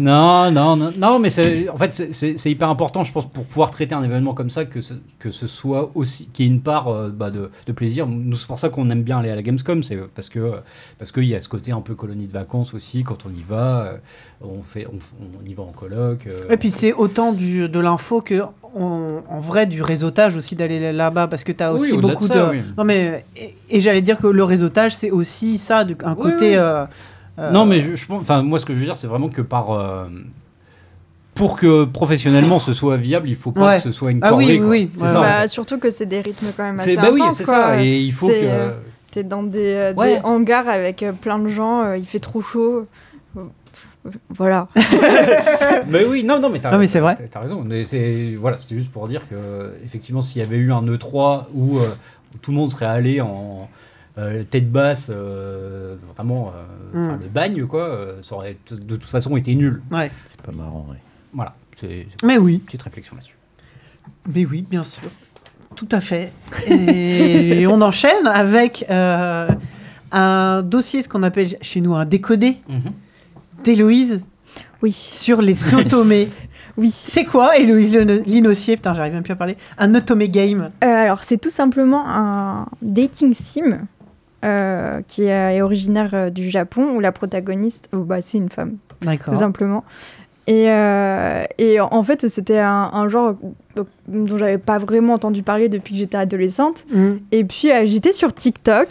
Non, non, non, non, mais c'est- en fait, c'est- c'est c'est hyper important, je pense, pour pouvoir traiter un événement comme ça, que ce, que ce soit aussi, qu'il y ait une part euh, bah, de, de plaisir. Nous, c'est pour ça qu'on aime bien aller à la Gamescom, c'est parce que euh, parce qu'il y a ce côté un peu colonie de vacances aussi. Quand on y va, euh, on fait, on, on y va en coloc. euh,
Et puis c'est autant du, de l'info que en, en vrai du réseautage aussi d'aller là-bas parce que t'as
Oui,
aussi
au-delà de
beaucoup de,
ça, oui.
non mais et, et j'allais dire que le réseautage c'est aussi ça du- un
Oui,
côté
oui.
euh, euh,
Non, mais je, je pense. Enfin, moi, ce que je veux dire, c'est vraiment que par. euh, pour que professionnellement ce soit viable, il faut pas
Ouais.
que ce soit une
Ah oui, oui,
corvée. quoi.
oui,
C'est
ouais.
ça. en
Bah,
fait.
surtout que c'est des rythmes quand même assez
C'est bah oui,
intenses.
c'est
quoi.
ça. Et il faut
C'est,
que.
euh, T'es dans des, euh,
Ouais.
des hangars avec euh, plein de gens, euh, il fait trop chaud. Euh, Voilà.
Mais oui, non, non, mais t'as
Non, mais Ah c'est vrai.
t'as- t'as raison. Mais c'est voilà, c'était juste pour dire que effectivement, s'il y avait eu un E3 où euh, tout le monde serait allé en euh, tête basse, euh, vraiment euh,
Mm.
enfin, le bagne quoi, euh, ça aurait t- de toute façon été nul.
ouais.
C'est pas marrant, ouais.
Voilà, c'est c'est
mais oui
une petite réflexion là-dessus.
mais oui bien sûr tout à fait et on enchaîne avec euh, un dossier ce qu'on appelle chez nous un décodé d'Héloïse
Oui,
sur les automés
oui.
C'est quoi, Héloïse Leno- Linossier Putain, j'arrive même plus à parler. Un automé game.
Euh, alors, c'est tout simplement un dating sim euh, qui euh, est originaire euh, du Japon où la protagoniste, oh, bah, c'est une femme, tout
D'accord.
simplement. Et, euh, et en- en fait, c'était un, un genre donc, dont j'avais pas vraiment entendu parler depuis que j'étais adolescente.
Hmm.
Et puis euh, j'étais sur TikTok,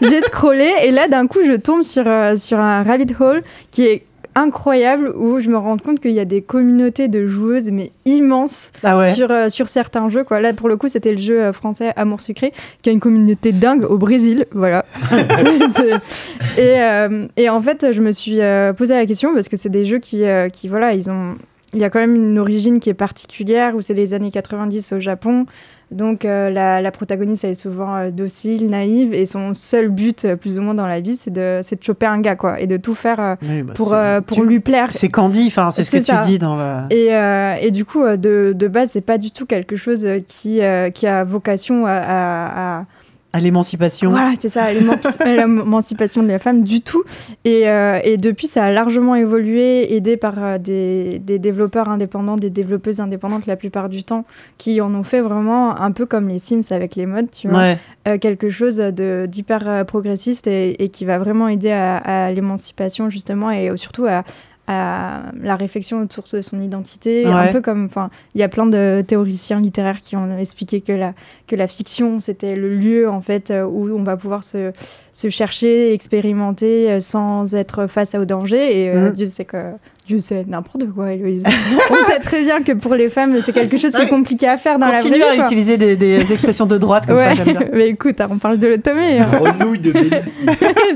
j'ai scrollé et là d'un coup je tombe sur, euh, sur un rabbit hole qui est incroyable où je me rends compte qu'il y a des communautés de joueuses mais immenses
Ah ouais.
sur, euh, sur certains jeux. Quoi. Là pour le coup c'était le jeu euh, français Amour Sucré qui a une communauté dingue au Brésil. Voilà. C'est- et, euh, et en fait je me suis euh, posé la question parce que c'est des jeux qui, euh, qui voilà, ils ont... il y a quand même une origine qui est particulière, où c'est les années 90 au Japon. Donc euh, la, la protagoniste, elle est souvent euh, docile, naïve, et son seul but, euh, plus ou moins dans la vie, c'est de, c'est de choper un gars, quoi, et de tout faire euh,
Oui, bah,
pour,
c'est-
euh, pour
tu-
lui plaire.
C'est Candy, enfin, c'est ce que
C'est ça.
tu dis dans la.
Et, euh, et du coup, euh, de, de base, c'est pas du tout quelque chose euh, qui, euh, qui a vocation à- à- à,
À l'émancipation.
Voilà, c'est ça, l'émanci- l'émancipation de la femme du tout. Et, euh, et depuis, ça a largement évolué, aidé par euh, des, des développeurs indépendants, des développeuses indépendantes la plupart du temps, qui en ont fait vraiment un peu comme les Sims avec les modes, tu vois,
Ouais.
euh, quelque chose de- d'hyper euh, progressiste et, et qui va vraiment aider à, à l'émancipation justement et surtout à à la réflexion autour de son identité,
Ouais.
un peu comme, enfin, il y a plein de théoriciens littéraires qui ont expliqué que la que la fiction, c'était le lieu en fait euh, où on va pouvoir se, se chercher, expérimenter euh, sans être face au danger. Et euh,
Mhm.
Dieu sait que Dieu sait n'importe quoi, Héloïse. on sait très bien que pour les femmes, c'est quelque chose qui
Ouais.
est compliqué à faire dans
Continue
la
à
vraie vie.
utiliser des, des expressions de droite
quoi.
comme ça,
Ouais.
j'aime bien.
mais écoute, hein, on parle de l'automée. hein.
Renouille de Bénédicte.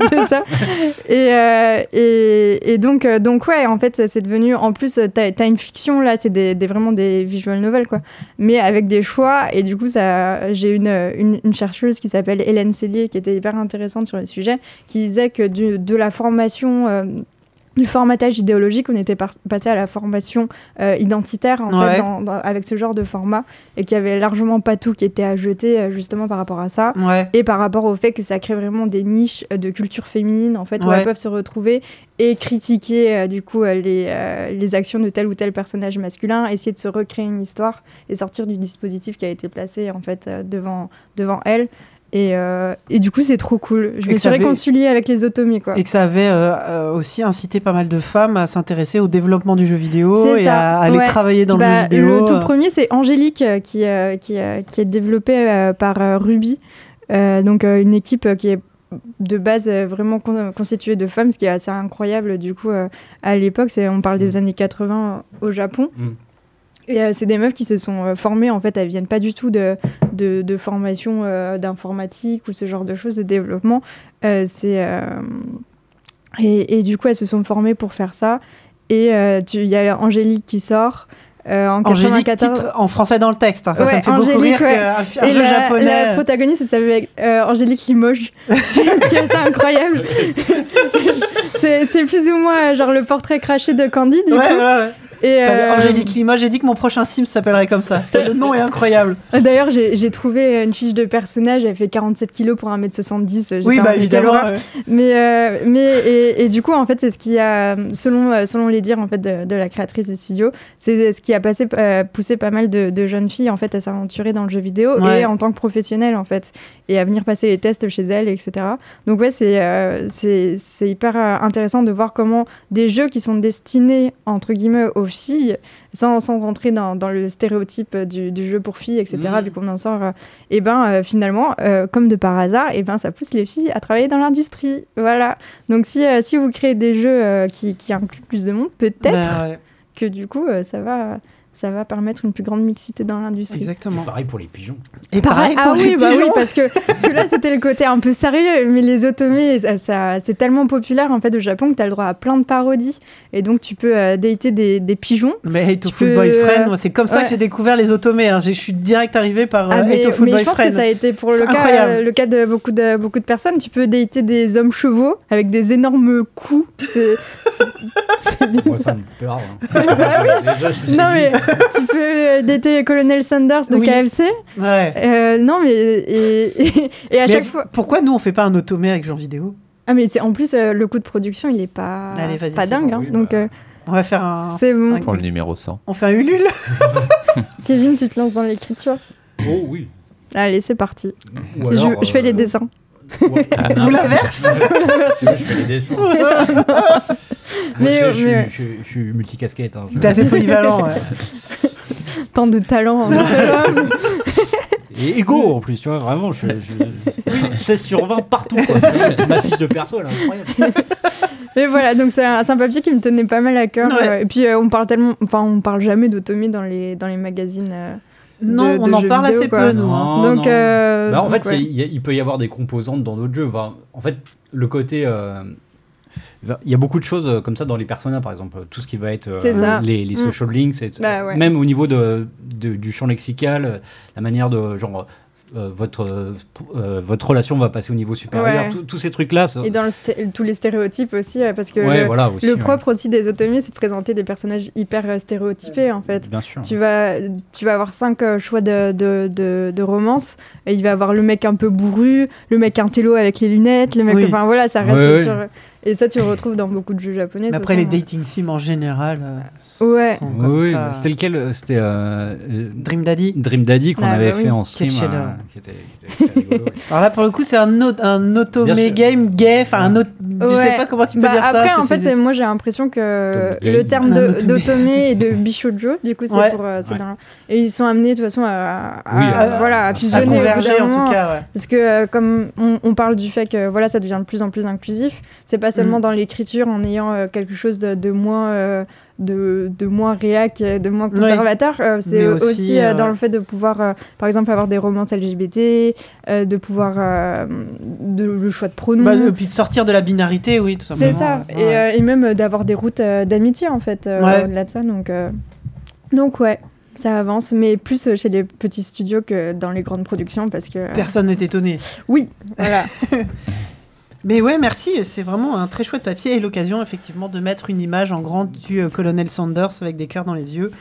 c'est ça. Et, euh, et, et donc, euh, donc, ouais, en fait, ça, c'est devenu. En plus, euh, t'as as une fiction, là, c'est des, des- vraiment des visual novels, quoi. Mais avec des choix. Et du coup, ça- j'ai une, euh, une, une chercheuse qui s'appelle Hélène Cellier, qui était hyper intéressante sur le sujet, qui disait que du- de la formation. euh, du formatage idéologique, on était par- passé à la formation euh, identitaire en
Ouais.
fait, dans- dans- avec ce genre de format et qu'il y avait largement pas tout qui était à jeter euh, justement par rapport à ça
Ouais.
et par rapport au fait que ça crée vraiment des niches euh, de culture féminine en fait où
Ouais.
elles peuvent se retrouver et critiquer euh, du coup euh, les, euh, les actions de tel ou tel personnage masculin essayer de se recréer une histoire et sortir du dispositif qui a été placé en fait euh, devant devant elles et, euh, et du coup c'est trop cool
Et
je me
que
suis
ça avait-
réconciliée avec les automies quoi
Et que ça avait euh, euh, aussi incité pas mal de femmes à s'intéresser au développement du jeu vidéo
C'est
et
ça,
à aller
ouais.
travailler dans
Bah,
le jeu vidéo.
tout
euh.
premier, c'est Angélique euh, qui, euh, qui, euh, qui est développée euh, par euh, Ruby, Euh, donc euh, une équipe euh, qui est de base euh, vraiment con- constituée de femmes, ce qui est assez incroyable du coup euh, à l'époque. c'est- On parle
Mm.
des années 80 au Japon.
Mm.
Et euh, c'est des meufs qui se sont euh, formées, en fait, elles viennent pas du tout de, de, de formation euh, d'informatique ou ce genre de choses, de développement. Euh, c'est, euh, et, et du coup, elles se sont formées pour faire ça. Et euh, tu- il y a Angélique qui sort euh, en
Angélique
94.
titre en français dans le texte. hein. ça
Ouais,
me fait beaucoup
Angélique,
rire
ouais.
qu'un fi- un
Et
jeu
la, la
japonais.
protagoniste, elle s'appelle euh, Angélique Limoges. c'est ce qui est assez incroyable. c'est c'est plus ou moins euh, genre le portrait craché de Candy, du
Ouais,
coup.
ouais, ouais.
Et,
T'as le-
euh,
Angélique Limoges, j'ai dit que mon prochain Sim s'appellerait comme ça. Parce que le nom est incroyable.
D'ailleurs, j'ai j'ai trouvé une fiche de personnage. Elle fait 47 kilos pour 1m70. euh, j'étais
Oui,
un
bah
méga
évidemment.
horreur.
ouais.
Mais, euh, mais et, et du coup, en fait, c'est ce qui a, selon, euh, selon les dires en fait, de, de la créatrice du studio, c'est ce qui a passé, euh, poussé pas mal de, de jeunes filles en fait, à s'aventurer dans le jeu vidéo
Ouais.
et en tant que professionnelles, en fait, et à venir passer les tests chez elles, etc. Donc, ouais, c'est euh, c'est c'est hyper euh, intéressant de voir comment des jeux qui sont destinés, entre guillemets, aux filles, sans, sans rentrer dans, dans le stéréotype du, du jeu pour filles, etc.,
Mhm.
vu qu'on en sort euh, et ben euh, finalement, euh, comme de par hasard, et ben ça pousse les filles à travailler dans l'industrie. Voilà. Donc si, euh, si vous créez des jeux euh, qui, qui incluent plus de monde, peut-être
Bah, ouais,
que du coup euh, ça va ça va permettre une plus grande mixité dans l'industrie.
Exactement.
Pareil pour les pigeons.
Et pareil
ah
pour les
oui, bah oui,
pigeons.
parce que, parce que là c'était le côté un peu sérieux, mais les otomés, ça, ça- c'est tellement populaire en fait au Japon que tu as le droit à plein de parodies, et donc tu peux euh, dater des, des pigeons.
Mais Hate to
Tu
Full
peux,
Boyfriend,
euh,
moi, c'est comme ça que
ouais.
j'ai découvert les automés. hein. J'ai- Je suis direct arrivé par euh,
Ah, mais
Hate to Full
mais je pense que ça a
Boyfriend.
été pour le
C'est
cas,
incroyable.
euh, le cas de beaucoup, de beaucoup de personnes. Tu peux dater des hommes chevaux avec des énormes coups. C'est c'est- c'est
Moi,
bizarre.
ça me parle. hein. Déjà, je suis
Ah bah Non
séduit.
mais tu peux euh, dater Colonel Sanders de
Oui.
KFC.
Ouais.
Euh, non mais et, et- et
Mais
à chaque fois.
Pourquoi nous on fait pas un automé avec Jean Vidéo
Ah mais c'est en plus euh, le coût de production il est pas
Allez, vas-y,
pas
c'est
dingue.
bon,
hein.
oui,
Donc
bah.
euh,
On va faire un.
c'est bon.
Pour le numéro 100.
On fait un Ulule
Kevin tu te lances dans l'écriture.
Oh oui.
Allez c'est parti.
Ou
Je-
alors,
je, fais
euh,
les dessins.
ou-
Ah.
ou l'inverse
Je fais les dessins. Moi,
Mais, euh,
je, sais, je
mais-
suis- je- je suis multicasquette. hein. Je-
T'es assez polyvalent. ouais.
Tant de talent. en un seul homme.
Et égo en plus, tu vois, vraiment. Je, je- 16 sur 20 partout. quoi. Ma fiche de perso, elle est incroyable.
Mais voilà, donc c'est un, c'est un papier qui me tenait pas mal à cœur.
Ouais.
Euh, Et puis euh, on parle tellement, enfin on parle jamais d'automie dans les dans les magazines. euh.
Non,
de
on en
jeux
parle
vidéo,
assez
quoi.
peu, nous. hein.
Non,
donc
non.
euh,
Bah, en
donc,
fait,
ouais.
il y a- il peut y avoir des composantes dans d'autres jeux. Enfin, en fait, le côté euh, va- il y a beaucoup de choses euh, comme ça dans les personnages, par exemple. Tout ce qui va être euh,
C'est ça.
les, les
Mm.
social links, et-
Bah ouais.
même au niveau de, de- du champ lexical, euh, la manière de genre. euh, votre, euh, euh, votre relation va passer au niveau supérieur.
Ouais.
Tout- Tous ces trucs-là, ça-
Et dans le sté- tous les stéréotypes aussi, euh, parce que
ouais,
le,
voilà, aussi,
le
ouais.
propre aussi des automies, c'est de présenter des personnages hyper euh, stéréotypés en fait.
Bien sûr.
Tu vas, tu vas avoir cinq euh, choix de, de, de, de romance. Et il va avoir le mec un peu bourru, le mec intello avec les lunettes, le mec.
Oui.
Enfin voilà, ça reste
Ouais, ouais.
sur. Et ça, tu le retrouves dans beaucoup de jeux japonais.
Mais
de toute
après, les
façon. hein.
dating sims en général euh,
Ouais.
sont comme
Oui, oui,
ça.
c'était lequel euh, C'était euh, euh,
Dream Daddy.
Dream Daddy qu'on
Ah,
avait
bah
fait
oui.
en stream.
Quel chef-d'œuvre.
euh, qui était, qui était rigolo, ouais.
Alors là, pour le coup, c'est un, autre- un automé
sûr.
game gay. Enfin, un autre. Je sais
Ouais.
pas comment tu peux
Bah,
dire ça.
après, en
c'est-
fait,
c'est-
c'est- moi j'ai l'impression que
Tommy
le
Gunn.
terme
Un
de-
automé.
d'automé et de bichoujo, du coup, c'est
Ouais.
pour. euh, c'est
Ouais.
dans- Et ils sont amenés de toute façon à, à-
Oui, à-
voilà, à
à
à
fusionner. au bout d'un
converger en
moment.
tout cas. ouais.
Parce que euh, comme on, on parle du fait que voilà, ça devient de plus en plus inclusif, c'est pas seulement
Mm.
dans l'écriture en ayant euh, quelque chose de, de moins euh, de, de moins réac, euh, de moins conservateur, euh, c'est
Mais
aussi,
aussi,
euh,
euh,
dans le fait de pouvoir, euh, par exemple, avoir des romances LGBT, euh, de pouvoir euh, de, le choix de pronoms.
Bah, et puis de sortir de la binarité, oui, tout
Mm. c'est
simplement.
ça,
ouais.
et, euh, et même euh, d'avoir des routes euh, d'amitié en fait euh,
Ouais.
au-delà de ça. Donc euh, donc ouais, ça avance, mais plus euh, chez les petits studios que dans les grandes productions parce que euh,
Personne n'est étonné.
oui, voilà.
Mais ouais, merci. C'est vraiment un très chouette papier et l'occasion, effectivement, de mettre une image en grand du euh, colonel Sanders avec des cœurs dans les yeux.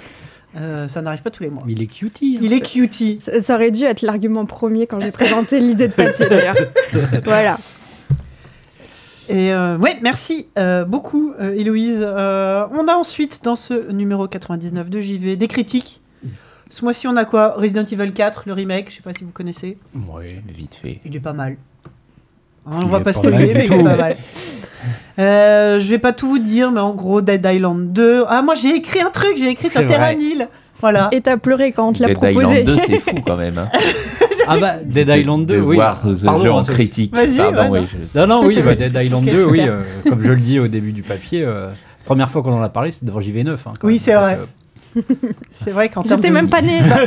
Euh, ça n'arrive pas tous les mois.
Mais Il est cutie. hein.
Il est cutie.
Ça, ça aurait dû être l'argument premier quand j'ai présenté l'idée de papier d'ailleurs. voilà.
Et euh, ouais, merci euh, beaucoup, euh, Héloïse. Euh, on a ensuite, dans ce numéro 99 de JV, des critiques. Ce mois-ci, on a quoi Resident Evil 4, le remake, je sais pas si vous connaissez.
Ouais, vite fait.
Il est pas mal. Hein,
Il
on va
est
pas
pas
se
mal
payer,
du
mais il est
tout.
pas mal. Euh, je vais pas tout vous dire, mais en gros, Dead Island 2. Ah, moi j'ai écrit un truc, j'ai écrit sur
C'est
Terranil. Voilà.
Et t'as pleuré quand on te l'a
Dead Island
proposé.
2, c'est fou quand même. hein.
Ah bah, Dead
De-
Island 2,
de
oui.
voir ce
Pardon,
jeu
hein,
en
ce-
critique.
Vas-y,
Pardon,
ouais,
oui, je-
Non, non, oui, bah, Dead Island
Qu'est-ce
2,
que
oui.
faire
euh, comme je le dis au début du papier, euh, première fois qu'on en a parlé, c'est devant JV9. hein, quand
Oui,
même.
c'est
Donc,
vrai.
euh,
C'est vrai qu'en termes de,
J'étais même pas née. Bah,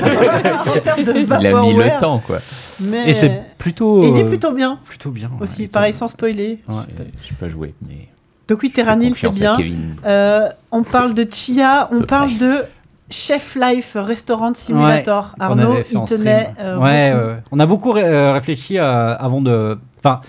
en termes de
Il a mis
vaporware,
le temps, quoi.
Mais...
Et c'est plutôt.
Et il est
euh,
plutôt bien
plutôt bien. ouais,
aussi,
il est
pareil
plutôt-
sans spoiler.
Ouais.
Euh, Je pas joué, mais.
Donc oui,
je fais
Terranil, c'est
confiance
bien.
à Kevin.
Euh, on parle de Chia, on
peu
parle de Chef Life Restaurant Simulator.
qu'on
Arnaud,
avait fait
il
en
tenait.
stream.
euh,
ouais,
beaucoup.
ouais. on a beaucoup ré- euh, réfléchi à- avant de. Enfin,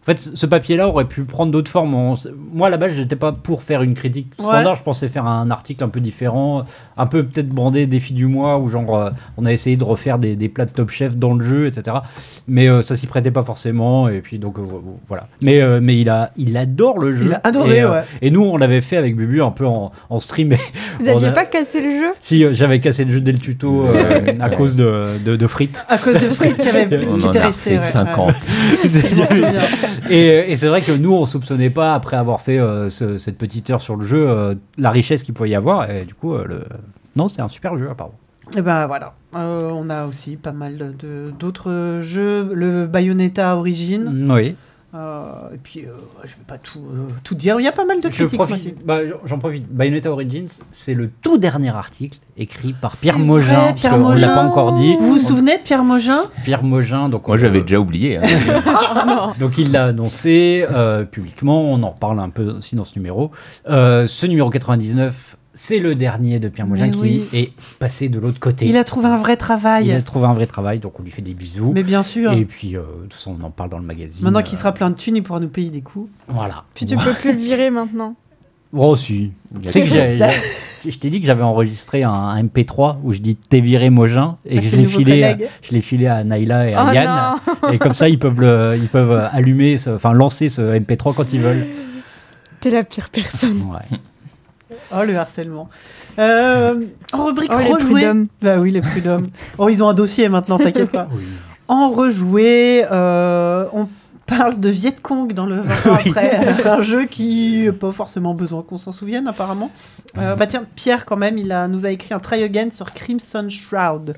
en fait, ce papier-là aurait pu prendre d'autres formes. On s- moi, à la base, j'étais pas pour faire une critique
Ouais.
standard. Je pensais faire un article un peu différent, un peu peut-être brandé défi du mois, où genre euh, on a essayé de refaire des, des plats de Top Chef dans le jeu, etc. Mais euh, ça s'y prêtait pas forcément. Et puis donc euh, voilà. Mais euh, mais il a il adore le jeu.
Il a adoré,
Et, euh,
ouais.
Et nous, on l'avait fait avec Bubu un peu en, en stream.
Vous
On
aviez
a-
pas cassé le jeu
Si euh, j'avais cassé le jeu dès le tuto euh, à cause de, de, de frites.
À cause de Fred qui, avait,
On
qui
en
était
a
resté.
fait
ouais, ouais.
50.
Je m'en souviens.
Et, et c'est vrai que nous, on soupçonnait pas, après avoir fait euh, ce- cette petite heure sur le jeu, euh, la richesse qu'il pouvait y avoir. Et du coup, euh, le... non, c'est un super jeu, apparemment.
Et ben voilà. Euh, on a aussi pas mal de- d'autres jeux. Le Bayonetta Origin.
Mm,
Oui.
Euh, et puis, euh, je vais pas tout, euh, tout dire. Il y a pas mal de
Je
critiques. ce mois-ci.
profite, bah, j'en- j'en profite. Bayonetta Origins, c'est le tout dernier article écrit par
C'est
Pierre
vrai,
Mogin. parce
Pierre
qu'on
Mogin.
l'a pas encore dit.
Vous vous souvenez de Pierre Mogin
Pierre Mogin, donc
Moi,
on-
j'avais déjà oublié. hein.
Donc il l'a annoncé euh, publiquement, on en parle un peu aussi dans ce numéro. Euh, ce numéro 99, c'est le dernier de Pierre
Mais
Mogin qui
oui.
est passé de l'autre côté.
Il a trouvé un vrai
Il a
travail.
trouvé un vrai travail, donc on lui fait des bisous.
Mais bien sûr.
Et puis, euh, de toute façon, on en parle dans le magazine.
Maintenant qu'il
Euh,
sera plein de thunes, il pourra nous payer des coups.
Voilà.
Puis tu peux plus le virer maintenant.
Oh, si. Tu sais que j'ai- j'ai- je t'ai dit que j'avais enregistré un, un MP3 où je dis t'es viré Mogin et
Ah,
que
c'est
je
le
l'ai
nouveau
filé, à-
collègue.
je l'ai filé à Naila et à
Oh
Yann.
non
Et comme ça, ils peuvent, le- ils peuvent allumer, ce- enfin lancer ce MP3 quand ils veulent.
T'es la pire personne.
Ouais.
Oh, le harcèlement. Euh, en rubrique
Oh les
rejouer.
prud'hommes.
Bah oui, les prud'hommes. oh, ils ont un dossier maintenant, t'inquiète pas.
Oui.
En rejouer, euh, on parle de Viet Cong dans le 20 ans après, Euh, un jeu qui n'a pas forcément besoin qu'on s'en souvienne apparemment. Euh, bah tiens, Pierre quand même, il a, nous a écrit un try again sur Crimson Shroud,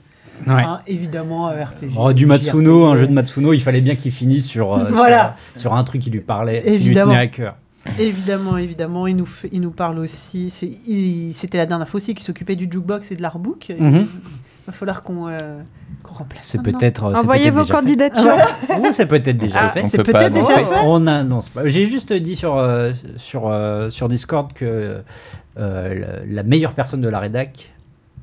Ouais.
Hein, évidemment euh, RPG.
Oh, du Matsuno, un jeu de Matsuno, il fallait bien qu'il finisse sur, euh,
Voilà.
sur, sur un truc qui lui parlait,
Évidemment.
qui lui tenait à cœur.
Évidemment, évidemment, il nous, fait- il nous parle aussi. c'est- il- C'était la dernière fois aussi qu'il s'occupait du jukebox et de l'artbook.
Mhm.
Il va falloir qu'on euh, qu'on remplace.
C'est
maintenant.
peut-être. euh, c'est
Envoyez
peut-être
vos
déjà fait.
candidatures.
Ou c'est peut-être déjà
Ah,
fait.
c'est
peut pas
peut-être déjà
annoncer.
fait.
On annonce pas. J'ai juste dit sur, euh, sur, euh, sur Discord que euh, la, la meilleure personne de la rédac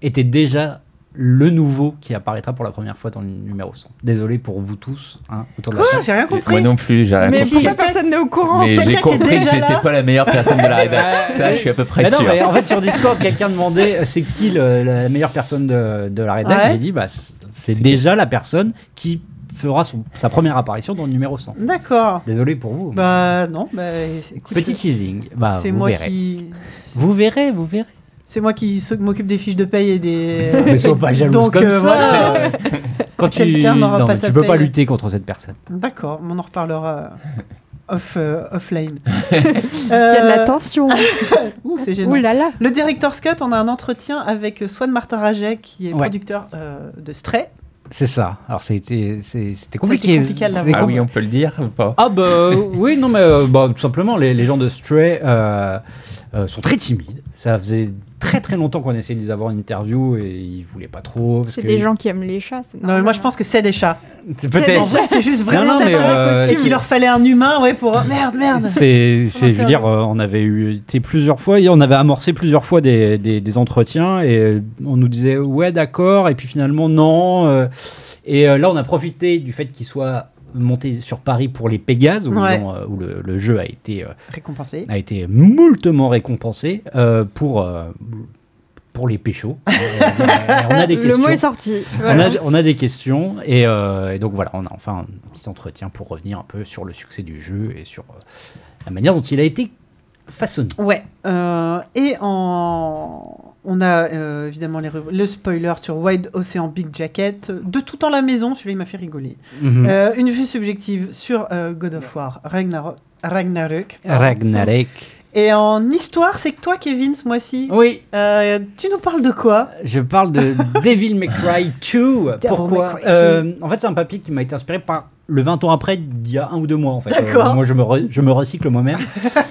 était déjà le nouveau qui apparaîtra pour la première fois dans le numéro 100. Désolé pour vous tous. hein, autour de la
Quoi
table.
J'ai rien
Moi
compris.
non plus, j'ai rien
Mais
si,
compris.
quelqu'un-
pourquoi personne n'est au courant
Ah, Mais
Oh, quelqu'un
j'ai
qui est
compris que
déjà là
j'étais pas la meilleure personne de la rédaction. Ça, je suis à peu près
Mais non,
sûr.
mais en fait, sur Discord, quelqu'un demandait euh, c'est qui le- la meilleure personne de, de la rédac
Ouais.
J'ai dit bah, c'est c'est déjà la personne qui fera son- sa première apparition dans le numéro 100.
D'accord.
Désolé pour vous.
Bah non, bah écoute,
Petit teasing. Bah,
c'est
vous
moi
verrez.
qui.
Vous verrez, vous verrez.
C'est moi qui s'oc- m'occupe des fiches de paye et des.
Mais sois pas jalouse
Donc,
comme
euh,
ça.
voilà.
Quand tu,
Quelqu'un n'aura
non,
pas
mais
sa
tu peux pas
paye.
lutter contre cette personne.
D'accord, on en reparlera off, euh, offline. Il
Il y a de la tension.
Ouh, c'est gênant.
Ouh là là.
Le director's cut, on a un entretien avec euh, Swan Martin Raget, qui est
Ouais.
producteur euh, de Stray.
C'est ça. Alors c'était c'est- c'était compliqué.
C'était compliqué à
C'était
l'avoir.
Ah
com-
oui, on peut le dire ou pas
Ah bah oui non mais euh, bah, tout simplement les, les gens de Stray euh, euh, sont très timides. Ça faisait très très longtemps qu'on essayait de les avoir en interview et ils voulaient pas trop. parce
C'est
que-
des gens qui aiment les chats. c'est
Non, mais moi
normal.
je pense que c'est des chats.
C'est
En
peut-être.
vrai, c'est juste
Non,
vraiment
non,
des
mais,
chats.
euh,
et qu'il leur fallait un humain, ouais, pour. Merde, merde
C'est, c'est- je veux
Interdit.
dire, euh, on avait eu été plusieurs fois, et on avait amorcé plusieurs fois des, des- des entretiens et euh, on nous disait ouais d'accord et puis finalement non. euh, et euh, là, on a profité du fait qu'il soit monté sur Paris pour les Pégases, où, ils
Ouais.
ont, euh, où le, le jeu a été euh,
Récompensé.
a été moultement récompensé euh, pour euh, pour les péchos. Euh, on a des
le
questions.
mot est sorti.
On
Voilà.
a, on a des questions et, euh, et donc voilà, on a enfin un petit entretien pour revenir un peu sur le succès du jeu et sur euh, la manière dont il a été façonné.
Ouais. euh, et en... on a euh, évidemment les ru- le spoiler sur Wide Ocean Big Jacket. De tout temps la maison, celui-là il m'a fait rigoler.
Mm.
Euh, une vue subjective sur euh, God of War, Ragnarok. Ragnarök.
Ragnarek.
Et en histoire, c'est que toi, Kevin, ce mois-ci.
euh, Oui,
Euh, tu nous parles de quoi
je parle de Devil May Cry 2.
Devil May
Pourquoi
Cry 2.
Euh, En fait, c'est un papier qui m'a été inspiré par le 20 ans après, il y a un ou deux mois en fait. Euh,
D'accord.
moi, je me, re- je me recycle moi-même.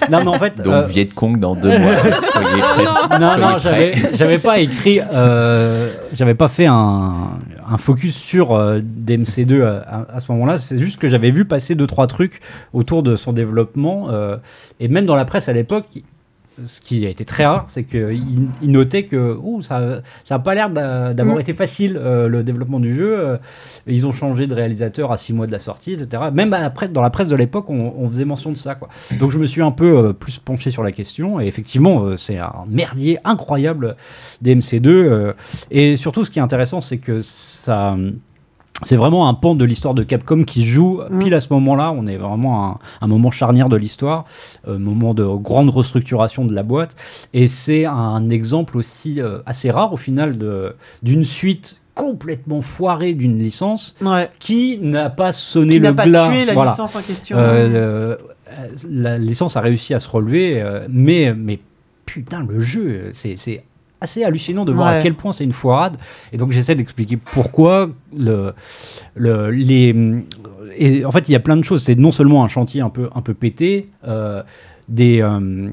non, mais en fait.
Donc
euh,
Viet Cong dans deux mois. hein, Soyez prêts.
non,
Soyez
non,
prêts.
j'avais j'avais pas écrit, euh, j'avais pas fait un, un focus sur euh, DMC2 à, à- à ce moment-là. C'est juste que j'avais vu passer deux trois trucs autour de son développement euh, et même dans la presse à l'époque. Ce qui a été très rare, c'est qu'il il notait que ouh, ça ça a pas l'air d'a- d'avoir
Mm.
été facile euh, le développement du jeu. Euh, Ils ont changé de réalisateur à six mois de la sortie, etc. Même à la presse- dans la presse de l'époque, on, on faisait mention de ça. Quoi. Donc je me suis un peu euh, plus penché sur la question. Et effectivement, euh, c'est un merdier incroyable des MC2. euh, et surtout, ce qui est intéressant, c'est que ça. C'est vraiment un pan de l'histoire de Capcom qui joue
Mm.
pile à ce moment-là. On est vraiment à un, un moment charnière de l'histoire, euh, moment de grande restructuration de la boîte. Et c'est un exemple aussi euh, assez rare au final de- d'une suite complètement foirée d'une licence
Ouais.
qui n'a pas sonné
Qui
le
n'a pas
glas.
tué la
Voilà.
licence en question.
Euh, euh, la licence a réussi à se relever, euh, mais, mais putain, le jeu, c'est c'est assez hallucinant de voir
Ouais.
à quel point c'est une foirade. Et donc j'essaie d'expliquer pourquoi le, le- les... Et en fait, il y a plein de choses. C'est non seulement un chantier un peu, un peu pété, euh, des... euh,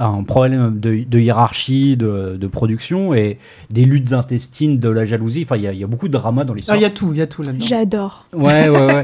un problème de, de hiérarchie, de, de production et des luttes intestines, de la jalousie. Enfin, il y, a- il y a beaucoup de drama dans
Ah,
l'histoire.
il y a tout, il y a tout là-dedans.
J'adore.
Ouais, ouais, ouais.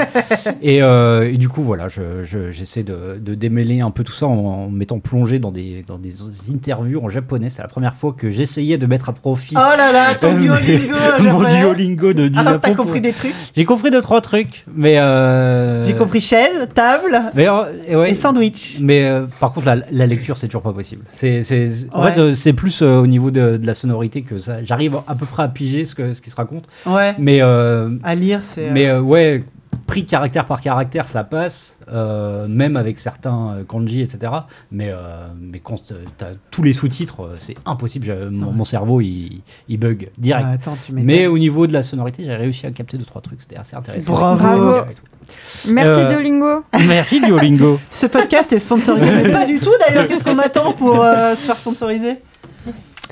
et, euh, et du coup, voilà, je- je- j'essaie de, de démêler un peu tout ça en, en m'étant plongé dans des, dans des interviews en japonais. C'est la première fois que j'essayais de mettre à profit
Oh là là, ton
Euh,
Duolingo
mon
japonais.
Duolingo de du
Alors
Japon
Ah, t'as
pour-
compris des trucs
J'ai compris deux, trois trucs, mais... euh,
J'ai compris chaise, table
Mais, euh, et ouais.
et sandwich.
Mais euh, par contre, la, la lecture, c'est toujours pas possible. C'est, c'est- c'est- En
Ouais.
fait, euh, c'est plus euh, au niveau de, de la sonorité que ça- j'arrive à peu près à piger ce, que, ce qui se raconte.
Ouais.
Mais euh,
À lire, c'est. euh,
Mais euh, ouais, pris caractère par caractère, ça passe, euh, même avec certains euh, kanji, etc. Mais, euh, mais quand t'as tous les sous-titres, euh, c'est impossible. J'ai- Mon, mon cerveau, il, il bug direct.
ah, attends, tu m'étonnes.
mais au niveau de la sonorité, j'ai réussi à capter deux trois trucs. C'était assez intéressant.
Bravo.
Bravo. Merci
Euh,
Duolingo.
Merci Duolingo.
Ce podcast est sponsorisé, mais pas du tout d'ailleurs. Qu'est-ce qu'on attend pour euh, se faire sponsoriser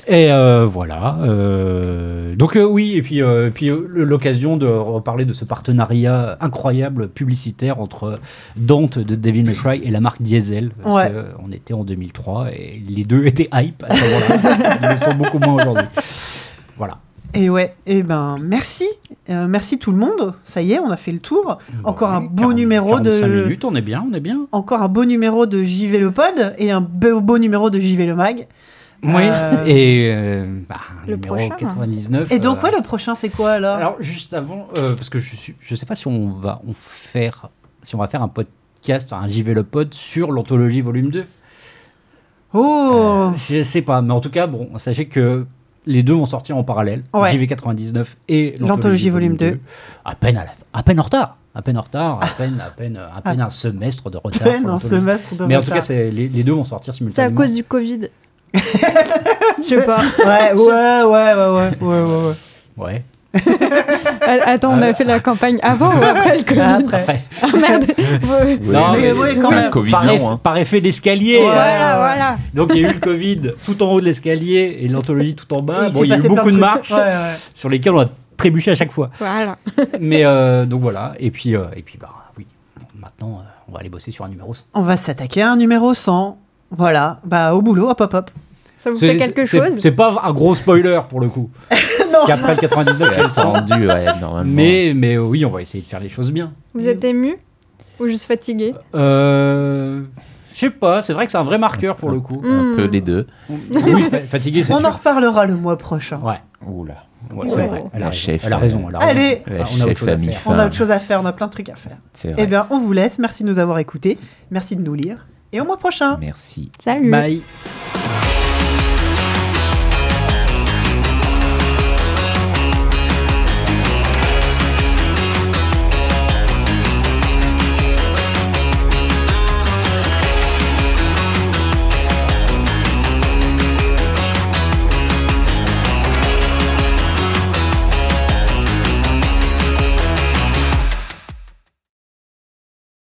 Et euh, voilà. euh, donc euh, oui, et puis, euh, et puis euh, le- l'occasion de reparler de ce partenariat incroyable publicitaire entre Dante de Devil May Cry et la marque Diesel. Parce
Ouais.
que, euh, on était en 2003 et les deux étaient hype à ce moment-là. Ils le sont beaucoup moins aujourd'hui. Voilà.
Et ouais, et ben merci, Euh, merci tout le monde. Ça y est, on a fait le tour. Encore un beau numéro
45
de-
minutes, on est bien, on est bien.
Encore un beau numéro de JV le pod et un beau, beau numéro de JV le mag.
Oui,
Euh,
et euh, bah,
Le
numéro
prochain. hein.
99.
Et donc
euh,
ouais, le prochain c'est quoi alors,
Alors juste avant, euh, parce que je suis, je sais pas si on va on faire, si on va faire un podcast, un JV le pod sur l'anthologie volume 2.
Oh,
Je sais pas, mais en tout cas, bon, sachez que les deux vont sortir en parallèle,
Ouais.
JV 99 et
L'anthologie
l'anthologie volume
volume
2. À peine à, la- à peine en retard, à peine en retard, à peine à peine à peine un semestre de retard.
peine
pour
un
l'anthologie.
semestre de
Mais en tout
retard.
cas, c'est- les, les deux vont sortir
C'est à
simultanément.
cause du Covid. Je sais pas.
Ouais, ouais, ouais, ouais, ouais, ouais, ouais, ouais.
Ouais.
Euh, Attends, on
Ah.
a fait la campagne avant ou après le
Ah,
Covid
après.
Après.
Ah merde Ouais.
Non,
mais
c'est
ouais, quand
un
même.
Covid
Par, eff-
long, hein.
par effet d'escalier.
Ouais.
Voilà, voilà.
Donc il y a eu le Covid tout en haut de l'escalier et l'anthologie tout en bas.
Il
Bon,
s'est
il y a eu
passé plein
beaucoup de
trucs.
marches
Ouais, ouais.
sur lesquelles on a trébuché à chaque fois.
Voilà.
Mais euh, donc voilà. Et puis euh, et puis bah oui. Maintenant, euh, on va aller bosser sur un numéro 100.
On va s'attaquer à un numéro 100. Voilà, bah au boulot, hop hop hop.
Ça vous fait quelque
c'est-
chose
C'est pas un gros spoiler pour le coup.
Non.
Qu'après le 99, il y a le 100.
attendu, ouais, normalement.
Mais, mais euh, oui, on va essayer de faire les choses bien.
Vous êtes ému Ou juste fatigué
Euh, Je sais pas, c'est vrai que c'est un vrai marqueur pour le coup.
un peu
Hmm.
les deux.
Oui, fa- fatigué, c'est
On en
sûr.
reparlera le mois prochain.
Ouais,
Oula.
ouais, c'est vrai. Elle a
La
raison,
chef,
elle a raison. elle a
Allez.
raison.
La
on a autre
chef
chose à
famille
faire.
On a
femme.
autre chose à faire, on a plein de trucs à faire.
C'est
Eh
vrai.
bien, on vous laisse.
Bah,
Merci de nous avoir écoutés. Merci de nous lire. Et au mois prochain.
Merci.
Salut
Bye.